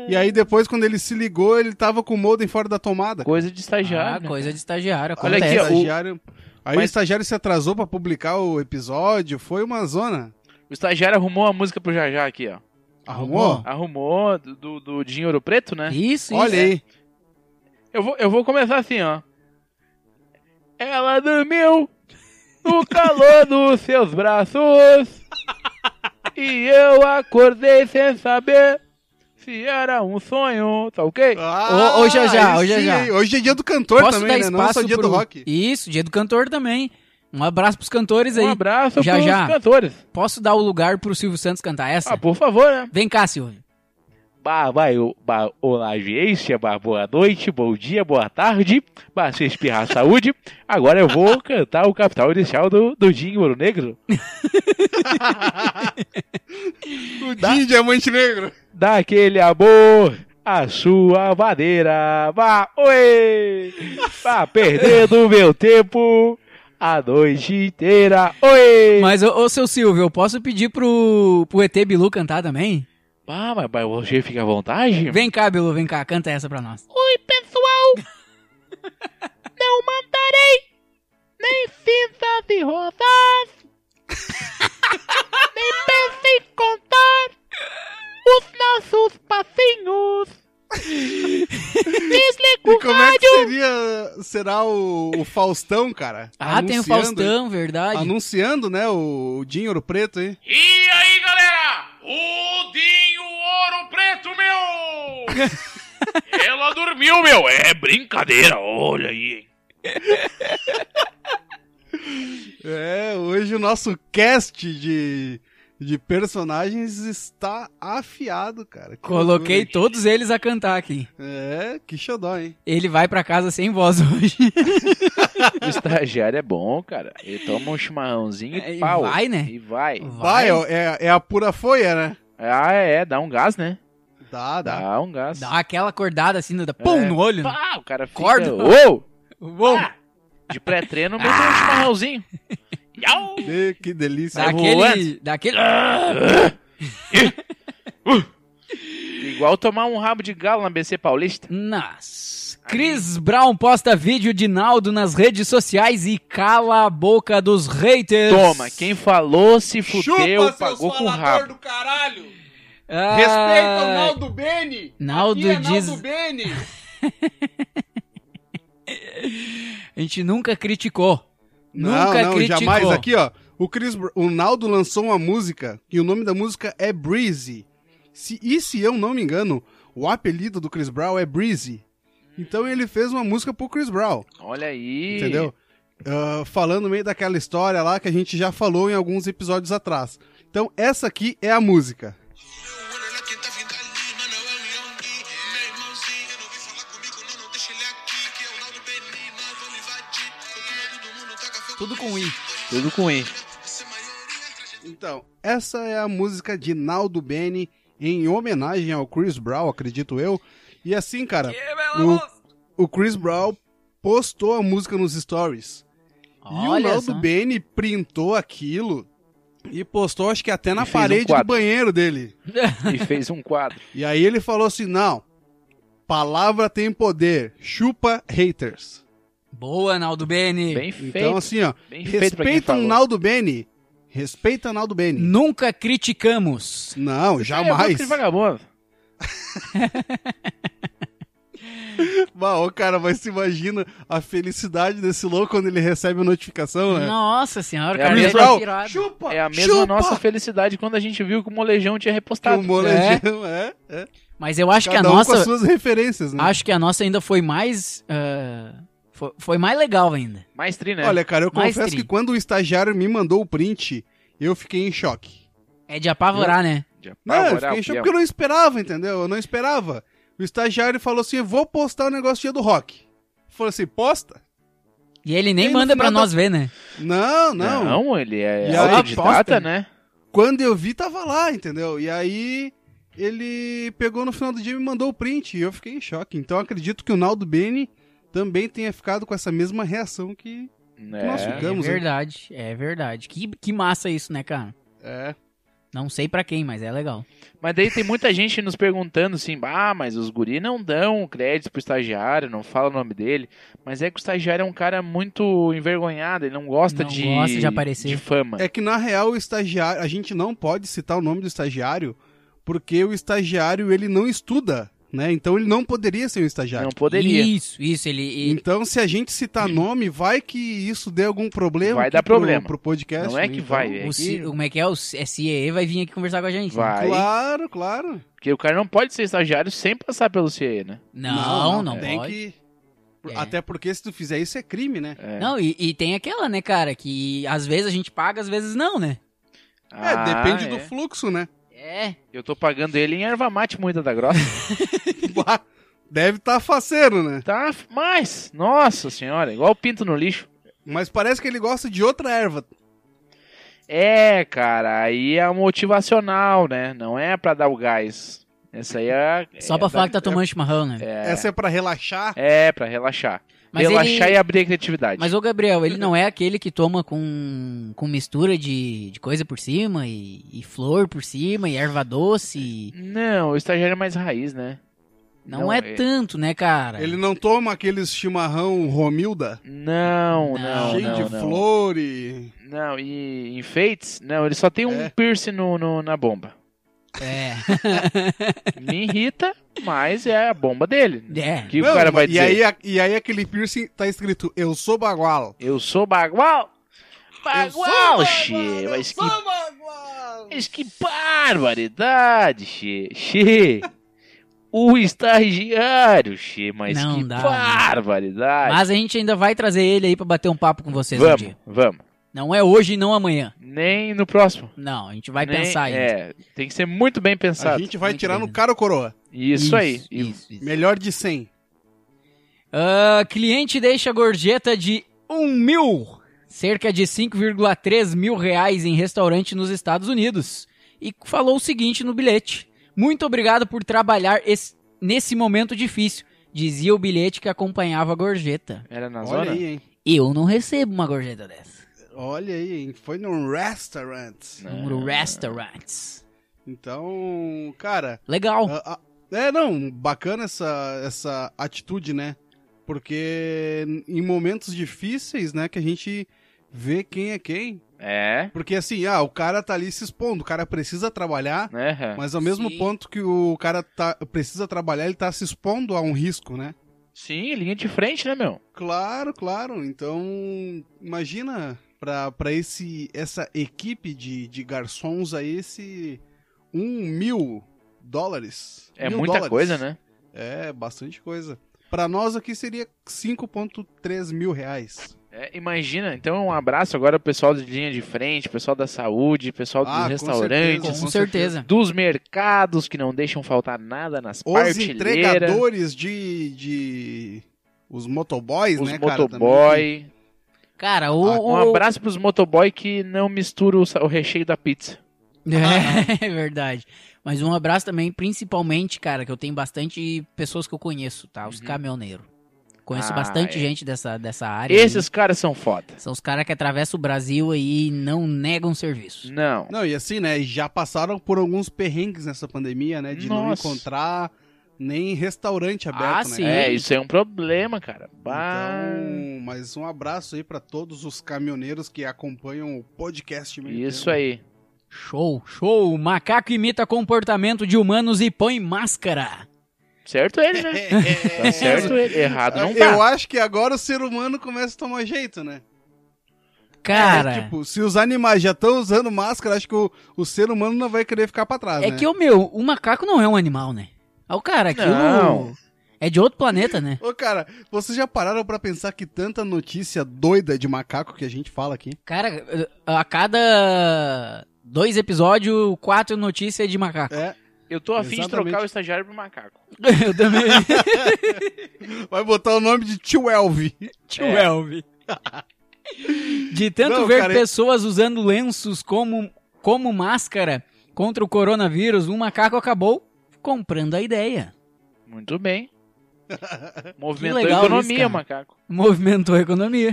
[SPEAKER 3] E aí depois, quando ele se ligou, ele tava com o modem fora da tomada.
[SPEAKER 2] Coisa de estagiário.
[SPEAKER 1] Ah,
[SPEAKER 2] né?
[SPEAKER 1] coisa de estagiário,
[SPEAKER 3] Olha
[SPEAKER 1] acontece.
[SPEAKER 2] aqui,
[SPEAKER 3] aqui,
[SPEAKER 2] ó,
[SPEAKER 3] o estagiário... Aí o
[SPEAKER 2] Mas-
[SPEAKER 3] estagiário se atrasou pra publicar o episódio, foi uma zona.
[SPEAKER 2] O estagiário arrumou a música pro Jajá aqui, ó.
[SPEAKER 3] Arrumou?
[SPEAKER 2] Arrumou do, do, do Dinho Ouro Preto, né?
[SPEAKER 1] Isso, isso.
[SPEAKER 3] Olha aí.
[SPEAKER 2] Eu vou, eu vou começar assim, ó. Ela dormiu no calor dos seus braços. E eu acordei sem saber se era um sonho, tá ok?
[SPEAKER 1] Ô, ô, Jajá,
[SPEAKER 3] aí
[SPEAKER 1] ô,
[SPEAKER 3] sim,
[SPEAKER 1] Jajá.
[SPEAKER 3] hein? Hoje é dia do cantor
[SPEAKER 1] Posso
[SPEAKER 3] também,
[SPEAKER 1] dar
[SPEAKER 3] né?
[SPEAKER 1] espaço
[SPEAKER 3] Não só dia
[SPEAKER 1] pro...
[SPEAKER 3] do rock.
[SPEAKER 1] Isso, dia do cantor também. Um abraço pros cantores aí.
[SPEAKER 2] Um abraço
[SPEAKER 1] Já,
[SPEAKER 2] pros
[SPEAKER 1] já.
[SPEAKER 2] cantores.
[SPEAKER 1] Posso dar o lugar pro Silvio Santos cantar essa?
[SPEAKER 2] Ah, por favor, né?
[SPEAKER 1] Vem cá, Silvio.
[SPEAKER 2] Bah, vai, ô, bah, olá, gente, bah, boa noite, bom dia, boa tarde. Bah, se espirrar saúde. Agora eu vou cantar o capital inicial do, do Dinho Ouro Negro.
[SPEAKER 3] O Dinho Diamante Negro.
[SPEAKER 2] daquele amor, a sua maneira. Vá, oi! Vá perdendo meu tempo a noite inteira. Oi!
[SPEAKER 1] Mas, ô, ô, seu Silvio, eu posso pedir pro, pro ET Bilu cantar também?
[SPEAKER 2] Ah, mas, mas você fica à vontade?
[SPEAKER 1] Vem cá, Bilu, vem cá, canta essa pra nós.
[SPEAKER 2] Oi, pessoal! Não mandarei nem cinzas e rosas, nem pense em contar os nossos passinhos. Desliga
[SPEAKER 3] E como é que seria, será o, o Faustão, cara?
[SPEAKER 1] Ah, tem o
[SPEAKER 3] Anunciando-
[SPEAKER 1] Faustão, verdade.
[SPEAKER 3] Anunciando, né, o, o Dinho Ouro Preto, hein?
[SPEAKER 2] E aí, galera? O Dinho Ouro Preto, meu! Ela dormiu, meu! É brincadeira, olha aí. hein?
[SPEAKER 3] É, hoje o nosso cast de, de personagens está afiado, cara. Que
[SPEAKER 1] Coloquei
[SPEAKER 3] loucura,
[SPEAKER 1] todos eles a cantar aqui.
[SPEAKER 3] hein? É, que xodó, hein?
[SPEAKER 1] Ele vai pra casa sem voz hoje.
[SPEAKER 2] O estagiário é bom, cara. Ele toma um chimarrãozinho
[SPEAKER 1] É,
[SPEAKER 2] e
[SPEAKER 1] e
[SPEAKER 2] pau.
[SPEAKER 1] vai, né?
[SPEAKER 2] E vai.
[SPEAKER 3] Vai, ó, é, é a pura folha, né?
[SPEAKER 2] Ah, é, dá um gás, né?
[SPEAKER 3] Dá, dá.
[SPEAKER 2] Dá um gás.
[SPEAKER 1] Dá aquela acordada assim, dá pum
[SPEAKER 2] É.
[SPEAKER 1] no olho. né?
[SPEAKER 2] Pá, o cara fica...
[SPEAKER 1] Acorda.
[SPEAKER 2] Uou!
[SPEAKER 1] Uou.
[SPEAKER 2] De pré-treino, mesmo
[SPEAKER 3] Ah!
[SPEAKER 2] um chimarrãozinho. Iau!
[SPEAKER 3] Que, que delícia.
[SPEAKER 1] Dá
[SPEAKER 2] Vai
[SPEAKER 1] aquele,
[SPEAKER 2] voando.
[SPEAKER 1] dá aquele...
[SPEAKER 2] Igual tomar um rabo de galo na BC Paulista.
[SPEAKER 1] Nas. Chris Brown posta vídeo de Naldo nas redes sociais e cala a boca dos haters.
[SPEAKER 2] Toma, quem falou se fudeu, pagou com o rabo.
[SPEAKER 3] do caralho.
[SPEAKER 1] Ah,
[SPEAKER 3] Beni.
[SPEAKER 1] Naldo
[SPEAKER 3] Aqui é
[SPEAKER 1] diz.
[SPEAKER 3] Beni.
[SPEAKER 1] A gente nunca criticou.
[SPEAKER 3] Não,
[SPEAKER 1] nunca
[SPEAKER 3] não,
[SPEAKER 1] criticou.
[SPEAKER 3] jamais. Aqui, ó. O, Chris, Br- o Naldo lançou uma música e o nome da música é Breezy. Se, e se eu não me engano, o apelido do Chris Brown é Breezy. Então ele fez uma música pro Chris Brown,
[SPEAKER 2] Olha aí.
[SPEAKER 3] entendeu? ah, falando meio daquela história lá que a gente já falou em alguns episódios atrás. Então, essa aqui é a música.
[SPEAKER 4] Olha lá quem tá vindo ali, mano, é o Young, meu irmãozinho. Não vem falar comigo, não, não deixa ele aqui. Que é o Naldo Beni, nós vamos invadir. Todo mundo, todo mundo taca fogo.
[SPEAKER 1] Tudo com I.
[SPEAKER 2] Tudo com I.
[SPEAKER 4] Essa maioria
[SPEAKER 3] Então, essa é a música de Naldo Bene em homenagem ao Chris Brown, acredito eu. E assim, cara, o, o Chris Brown postou a música nos stories. e o
[SPEAKER 1] Olha
[SPEAKER 3] Naldo
[SPEAKER 1] só.
[SPEAKER 3] Bene printou aquilo e postou, acho que até na
[SPEAKER 2] fez um
[SPEAKER 3] parede do
[SPEAKER 2] quadro.
[SPEAKER 3] banheiro dele.
[SPEAKER 2] E fez um quadro.
[SPEAKER 3] E aí ele falou assim: não, palavra tem poder, chupa haters.
[SPEAKER 1] Boa, Naldo Bene.
[SPEAKER 2] Bem feito.
[SPEAKER 3] Então, assim, ó,
[SPEAKER 2] bem feito pra quem
[SPEAKER 3] respeita um o
[SPEAKER 2] falou.
[SPEAKER 3] Naldo Bene. Respeita o Naldo Bene.
[SPEAKER 1] Nunca criticamos.
[SPEAKER 3] Não,
[SPEAKER 2] É,
[SPEAKER 3] jamais.
[SPEAKER 2] música de vagabundo.
[SPEAKER 3] Bah, ô, cara, mas se imagina a felicidade desse louco quando ele recebe a notificação, né?
[SPEAKER 1] Nossa senhora,
[SPEAKER 2] É
[SPEAKER 1] cara,
[SPEAKER 2] a
[SPEAKER 1] ele
[SPEAKER 2] mesma-
[SPEAKER 1] tá pirado.
[SPEAKER 3] chupa!
[SPEAKER 2] É a mesma
[SPEAKER 3] chupa!
[SPEAKER 2] nossa felicidade quando a gente viu que o Molejão tinha
[SPEAKER 3] Que o
[SPEAKER 2] repostado.
[SPEAKER 3] molejão, é. é,
[SPEAKER 1] Mas eu acho que a
[SPEAKER 3] Cada um com as
[SPEAKER 1] nossa.
[SPEAKER 3] suas referências, né?
[SPEAKER 1] Acho que a nossa ainda foi mais. ah, foi, foi mais legal ainda.
[SPEAKER 2] Mais tri, né?
[SPEAKER 3] Olha, cara, eu
[SPEAKER 1] Mais
[SPEAKER 3] confesso
[SPEAKER 1] tri.
[SPEAKER 3] que quando o estagiário me mandou o print, eu fiquei em choque.
[SPEAKER 1] É de apavorar, né?
[SPEAKER 2] De
[SPEAKER 3] Não, eu
[SPEAKER 2] apavorar
[SPEAKER 3] fiquei
[SPEAKER 2] o
[SPEAKER 3] em choque
[SPEAKER 2] peão.
[SPEAKER 3] porque eu não esperava, entendeu? Eu não esperava. O estagiário falou assim: "Eu vou postar o negócio dia do rock. Eu Falei assim: posta?
[SPEAKER 1] E ele
[SPEAKER 3] E
[SPEAKER 1] nem
[SPEAKER 3] aí, no
[SPEAKER 1] manda pra
[SPEAKER 3] final da-
[SPEAKER 1] nós ver, né?
[SPEAKER 3] Não, não.
[SPEAKER 2] Não, ele é
[SPEAKER 3] E aí,
[SPEAKER 1] aposta,
[SPEAKER 2] autodidata, né?
[SPEAKER 3] Quando eu vi, tava lá, entendeu? E aí ele pegou no final do dia e me mandou o print. E eu fiquei em choque. Então acredito que o Naldo Bene também tenha ficado com essa mesma reação que.
[SPEAKER 2] É.
[SPEAKER 3] Nós ficamos,
[SPEAKER 1] é
[SPEAKER 3] hein?
[SPEAKER 1] verdade, é verdade. Que, que massa isso, né, cara?
[SPEAKER 3] É.
[SPEAKER 1] Não sei pra quem, mas é legal.
[SPEAKER 2] Mas daí tem muita gente nos perguntando assim, ah, mas os guri não dão crédito pro estagiário, não fala o nome dele. Mas é que o estagiário é um cara muito envergonhado, ele não gosta
[SPEAKER 1] Não
[SPEAKER 2] de
[SPEAKER 1] gosta de aparecer.
[SPEAKER 2] de fama.
[SPEAKER 3] É que na real o estagiário. A gente não pode citar o nome do estagiário, porque o estagiário ele não estuda, né? Então ele não poderia ser um estagiário.
[SPEAKER 2] Não poderia.
[SPEAKER 1] Isso, isso, ele. e-
[SPEAKER 3] Então, se a gente citar nome, vai que isso dê algum problema
[SPEAKER 2] Vai
[SPEAKER 3] aqui
[SPEAKER 2] dar
[SPEAKER 3] pro-
[SPEAKER 2] problema.
[SPEAKER 3] pro podcast.
[SPEAKER 2] Não é
[SPEAKER 3] né?
[SPEAKER 2] que
[SPEAKER 3] Então,
[SPEAKER 2] vai, é
[SPEAKER 1] o C-
[SPEAKER 2] que-
[SPEAKER 1] como é que é? O C- é CEE vai vir aqui conversar com a gente. né?
[SPEAKER 2] Vai.
[SPEAKER 3] Claro, claro.
[SPEAKER 2] Porque o cara não pode ser estagiário sem passar pelo CIE, né?
[SPEAKER 1] Não, não,
[SPEAKER 3] tem
[SPEAKER 1] pode.
[SPEAKER 3] que
[SPEAKER 1] É.
[SPEAKER 3] Até porque se tu fizer isso é crime, né?
[SPEAKER 2] É,
[SPEAKER 1] Não, e, e tem aquela, né, cara, que às vezes a gente paga, às vezes não, né?
[SPEAKER 3] É,
[SPEAKER 2] Ah,
[SPEAKER 3] depende
[SPEAKER 2] é.
[SPEAKER 3] do fluxo, né?
[SPEAKER 1] É.
[SPEAKER 2] Eu tô pagando ele em erva mate moída da grossa.
[SPEAKER 3] Bah, Deve estar tá faceiro, né?
[SPEAKER 2] tá, mas, nossa senhora, igual pinto no lixo.
[SPEAKER 3] Mas parece que ele gosta de outra erva.
[SPEAKER 2] É, cara, aí é motivacional, né? Não é pra dar o gás. Essa aí é.
[SPEAKER 1] Só
[SPEAKER 2] é
[SPEAKER 1] pra
[SPEAKER 2] da-
[SPEAKER 1] falar que tá tomando chimarrão, né?
[SPEAKER 2] É,
[SPEAKER 3] Essa é pra relaxar.
[SPEAKER 2] é pra relaxar.
[SPEAKER 1] Mas
[SPEAKER 2] relaxar
[SPEAKER 1] ele...
[SPEAKER 2] e abrir a criatividade.
[SPEAKER 1] Mas o Gabriel, ele não é aquele que toma com, com mistura de, de coisa por cima e, e flor por cima e erva doce. e-
[SPEAKER 2] Não, o estagiário é mais raiz, né?
[SPEAKER 1] Não, é, tanto, né, cara?
[SPEAKER 3] Ele não toma aqueles chimarrão Romilda,
[SPEAKER 2] Não,
[SPEAKER 1] Não.
[SPEAKER 2] não.
[SPEAKER 3] cheio
[SPEAKER 2] não,
[SPEAKER 3] de
[SPEAKER 2] não.
[SPEAKER 3] flor e.
[SPEAKER 2] Não, e enfeites? Não, ele só tem um
[SPEAKER 3] É.
[SPEAKER 2] piercing no, no- na bomba.
[SPEAKER 1] É.
[SPEAKER 2] Me irrita, mas é a bomba dele.
[SPEAKER 1] É.
[SPEAKER 2] Que
[SPEAKER 3] Não,
[SPEAKER 2] o cara vai
[SPEAKER 3] e
[SPEAKER 2] dizer?
[SPEAKER 3] Aí, a- e aí aquele piercing tá escrito Eu sou bagual.
[SPEAKER 2] Eu sou bagual?
[SPEAKER 3] Eu sou
[SPEAKER 2] Bagual,
[SPEAKER 3] bagual,
[SPEAKER 2] xê.
[SPEAKER 3] eu
[SPEAKER 2] Mas que,
[SPEAKER 3] sou bagual.
[SPEAKER 2] mas que barbaridade, xê. Xê. O estagiário, xê. Mas
[SPEAKER 1] Não
[SPEAKER 2] que
[SPEAKER 1] dá, né?
[SPEAKER 2] barbaridade.
[SPEAKER 1] Mas a gente ainda vai trazer ele aí pra bater um papo com vocês um
[SPEAKER 2] vamos,
[SPEAKER 1] dia.
[SPEAKER 2] vamos.
[SPEAKER 1] Não é hoje e não amanhã.
[SPEAKER 2] Nem no próximo.
[SPEAKER 1] Não, a gente vai
[SPEAKER 2] Nem-
[SPEAKER 1] pensar ainda.
[SPEAKER 2] É, tem que ser muito bem
[SPEAKER 3] A
[SPEAKER 2] pensado.
[SPEAKER 3] gente vai
[SPEAKER 1] Muito
[SPEAKER 3] tirar
[SPEAKER 1] bem.
[SPEAKER 3] no cara ou coroa.
[SPEAKER 2] Isso, aí. E
[SPEAKER 1] isso, isso.
[SPEAKER 3] Melhor de 100.
[SPEAKER 1] Ah, cliente deixa gorjeta de 1 mil, cerca de 5,3 mil reais em restaurante nos Estados Unidos. E falou o seguinte no bilhete: Muito obrigado por trabalhar esse- nesse momento difícil, dizia o bilhete que acompanhava a gorjeta.
[SPEAKER 2] Era na
[SPEAKER 3] Olha
[SPEAKER 2] zona?
[SPEAKER 3] aí, hein?
[SPEAKER 1] Eu não recebo uma gorjeta dessa.
[SPEAKER 3] Olha aí, hein? Foi num restaurant.
[SPEAKER 2] Não.
[SPEAKER 1] Número restaurants.
[SPEAKER 3] Então, cara.
[SPEAKER 1] Legal.
[SPEAKER 3] a- a- é, não, bacana essa, essa atitude, né? Porque em momentos difíceis, né, que a gente vê quem é quem.
[SPEAKER 2] É.
[SPEAKER 3] Porque assim, ah, o cara tá ali se expondo, o cara precisa trabalhar,
[SPEAKER 2] né?
[SPEAKER 3] mas ao mesmo
[SPEAKER 1] Sim.
[SPEAKER 3] ponto que o cara tá, precisa trabalhar, ele tá se expondo a um risco, né?
[SPEAKER 2] Sim, linha de frente, né, meu?
[SPEAKER 3] Claro, claro. Então, imagina pra, pra esse, essa equipe de, de garçons aí, esse um mil dólares.
[SPEAKER 2] É
[SPEAKER 3] Mil
[SPEAKER 2] muita
[SPEAKER 3] dólares.
[SPEAKER 2] coisa, né?
[SPEAKER 3] É, bastante coisa. Pra nós aqui seria 5.3 mil reais.
[SPEAKER 2] É, imagina, então um abraço agora pro pessoal de linha de frente, pessoal da saúde, pessoal dos
[SPEAKER 3] Ah, com
[SPEAKER 2] restaurantes,
[SPEAKER 3] certeza.
[SPEAKER 1] Com certeza.
[SPEAKER 2] dos mercados que não deixam faltar nada nas
[SPEAKER 3] Os
[SPEAKER 2] partilheiras,
[SPEAKER 3] entregadores de, de. Os motoboys,
[SPEAKER 2] os
[SPEAKER 3] né, cara? também.
[SPEAKER 2] motoboy.
[SPEAKER 1] Cara, o.
[SPEAKER 3] Ah,
[SPEAKER 2] Um
[SPEAKER 1] o-
[SPEAKER 2] abraço pros motoboy que não misturam o sa- o recheio da pizza.
[SPEAKER 1] É, é verdade. Mas um abraço também, principalmente, cara, que eu tenho bastante pessoas que eu conheço, tá? Os
[SPEAKER 2] Uhum.
[SPEAKER 1] caminhoneiros. Conheço
[SPEAKER 2] Ah,
[SPEAKER 1] bastante
[SPEAKER 2] é.
[SPEAKER 1] gente dessa, dessa área. aí.
[SPEAKER 2] Esses caras são foda.
[SPEAKER 1] São os caras que atravessam o Brasil aí e não negam serviço.
[SPEAKER 2] Não.
[SPEAKER 3] Não, e assim, né? Já passaram por alguns perrengues nessa pandemia, né? De não
[SPEAKER 2] Nossa.
[SPEAKER 3] encontrar nem restaurante aberto, né?
[SPEAKER 1] Ah, sim.
[SPEAKER 2] É, isso é um problema, cara. Bah.
[SPEAKER 3] Então, mas um abraço aí pra todos os caminhoneiros que acompanham o podcast mesmo.
[SPEAKER 2] Isso aí.
[SPEAKER 1] Show, show! O macaco imita comportamento de humanos e põe máscara.
[SPEAKER 2] Certo ele, né?
[SPEAKER 3] É,
[SPEAKER 2] Tá certo
[SPEAKER 1] É.
[SPEAKER 2] ele. Errado não
[SPEAKER 3] Eu
[SPEAKER 2] tá.
[SPEAKER 3] acho que agora o ser humano começa a tomar jeito, né?
[SPEAKER 1] Cara,
[SPEAKER 3] É, tipo, se os animais já estão usando máscara, acho que o, o ser humano não vai querer ficar pra trás,
[SPEAKER 1] é
[SPEAKER 3] né?
[SPEAKER 1] que o meu, o macaco não é um animal, né? Ah, o cara, aquilo
[SPEAKER 2] Não.
[SPEAKER 1] é de outro planeta, né?
[SPEAKER 3] Ô, cara, vocês já pararam pra pensar que tanta notícia doida de macaco que a gente fala aqui?
[SPEAKER 1] Cara, a cada dois episódios, quatro notícias de macaco.
[SPEAKER 3] É.
[SPEAKER 2] Eu tô afim de trocar o
[SPEAKER 3] Exatamente.
[SPEAKER 2] estagiário pro macaco.
[SPEAKER 1] Eu também.
[SPEAKER 3] Vai botar o nome de Tio Elvi.
[SPEAKER 1] Twelve. De tanto
[SPEAKER 3] É. Não,
[SPEAKER 1] ver
[SPEAKER 3] cara, eu-
[SPEAKER 1] pessoas usando lenços como, como máscara contra o coronavírus, um macaco acabou comprando a ideia.
[SPEAKER 2] Muito bem. Movimentou
[SPEAKER 1] legal
[SPEAKER 2] a economia,
[SPEAKER 1] isso, cara.
[SPEAKER 2] macaco.
[SPEAKER 1] Movimentou a economia.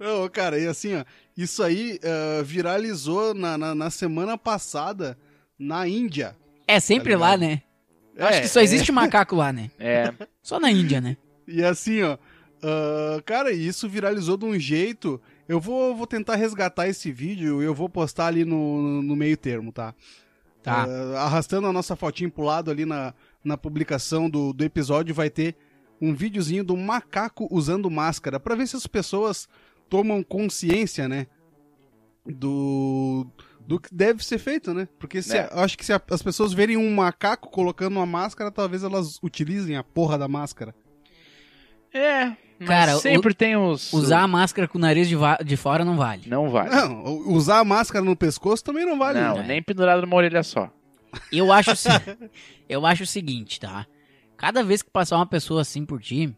[SPEAKER 3] Não, cara, e assim, ó, isso aí ah, viralizou na, na, na semana passada na Índia.
[SPEAKER 1] É sempre lá,
[SPEAKER 3] Tá ligado?
[SPEAKER 1] né?
[SPEAKER 3] É,
[SPEAKER 1] Acho que só existe macaco lá, né?
[SPEAKER 2] É.
[SPEAKER 1] Só na Índia, né?
[SPEAKER 3] E assim, ó, ah, cara, isso viralizou de um jeito. Eu vou, vou tentar resgatar esse vídeo e eu vou postar ali no, no- no meio termo, tá?
[SPEAKER 1] Tá.
[SPEAKER 3] Ah, arrastando a nossa fotinha pro lado ali na, na publicação do, do episódio, vai ter um videozinho do macaco usando máscara, pra ver se as pessoas tomam consciência, né? Do, do que deve ser feito, né? Porque se,
[SPEAKER 2] É.
[SPEAKER 3] eu acho que se a- as pessoas verem um macaco colocando uma máscara, talvez elas utilizem a porra da máscara.
[SPEAKER 2] É. Mas
[SPEAKER 1] Cara, o-
[SPEAKER 2] sempre tem os.
[SPEAKER 1] Usar a máscara com o nariz de, va- de fora não vale.
[SPEAKER 2] Não vale. Não,
[SPEAKER 3] Não, u- usar a máscara no pescoço também não vale. né?
[SPEAKER 1] né?
[SPEAKER 2] nem pendurado numa orelha só.
[SPEAKER 1] Eu acho, o se- eu acho o seguinte, tá? Cada vez que passar uma pessoa assim por ti,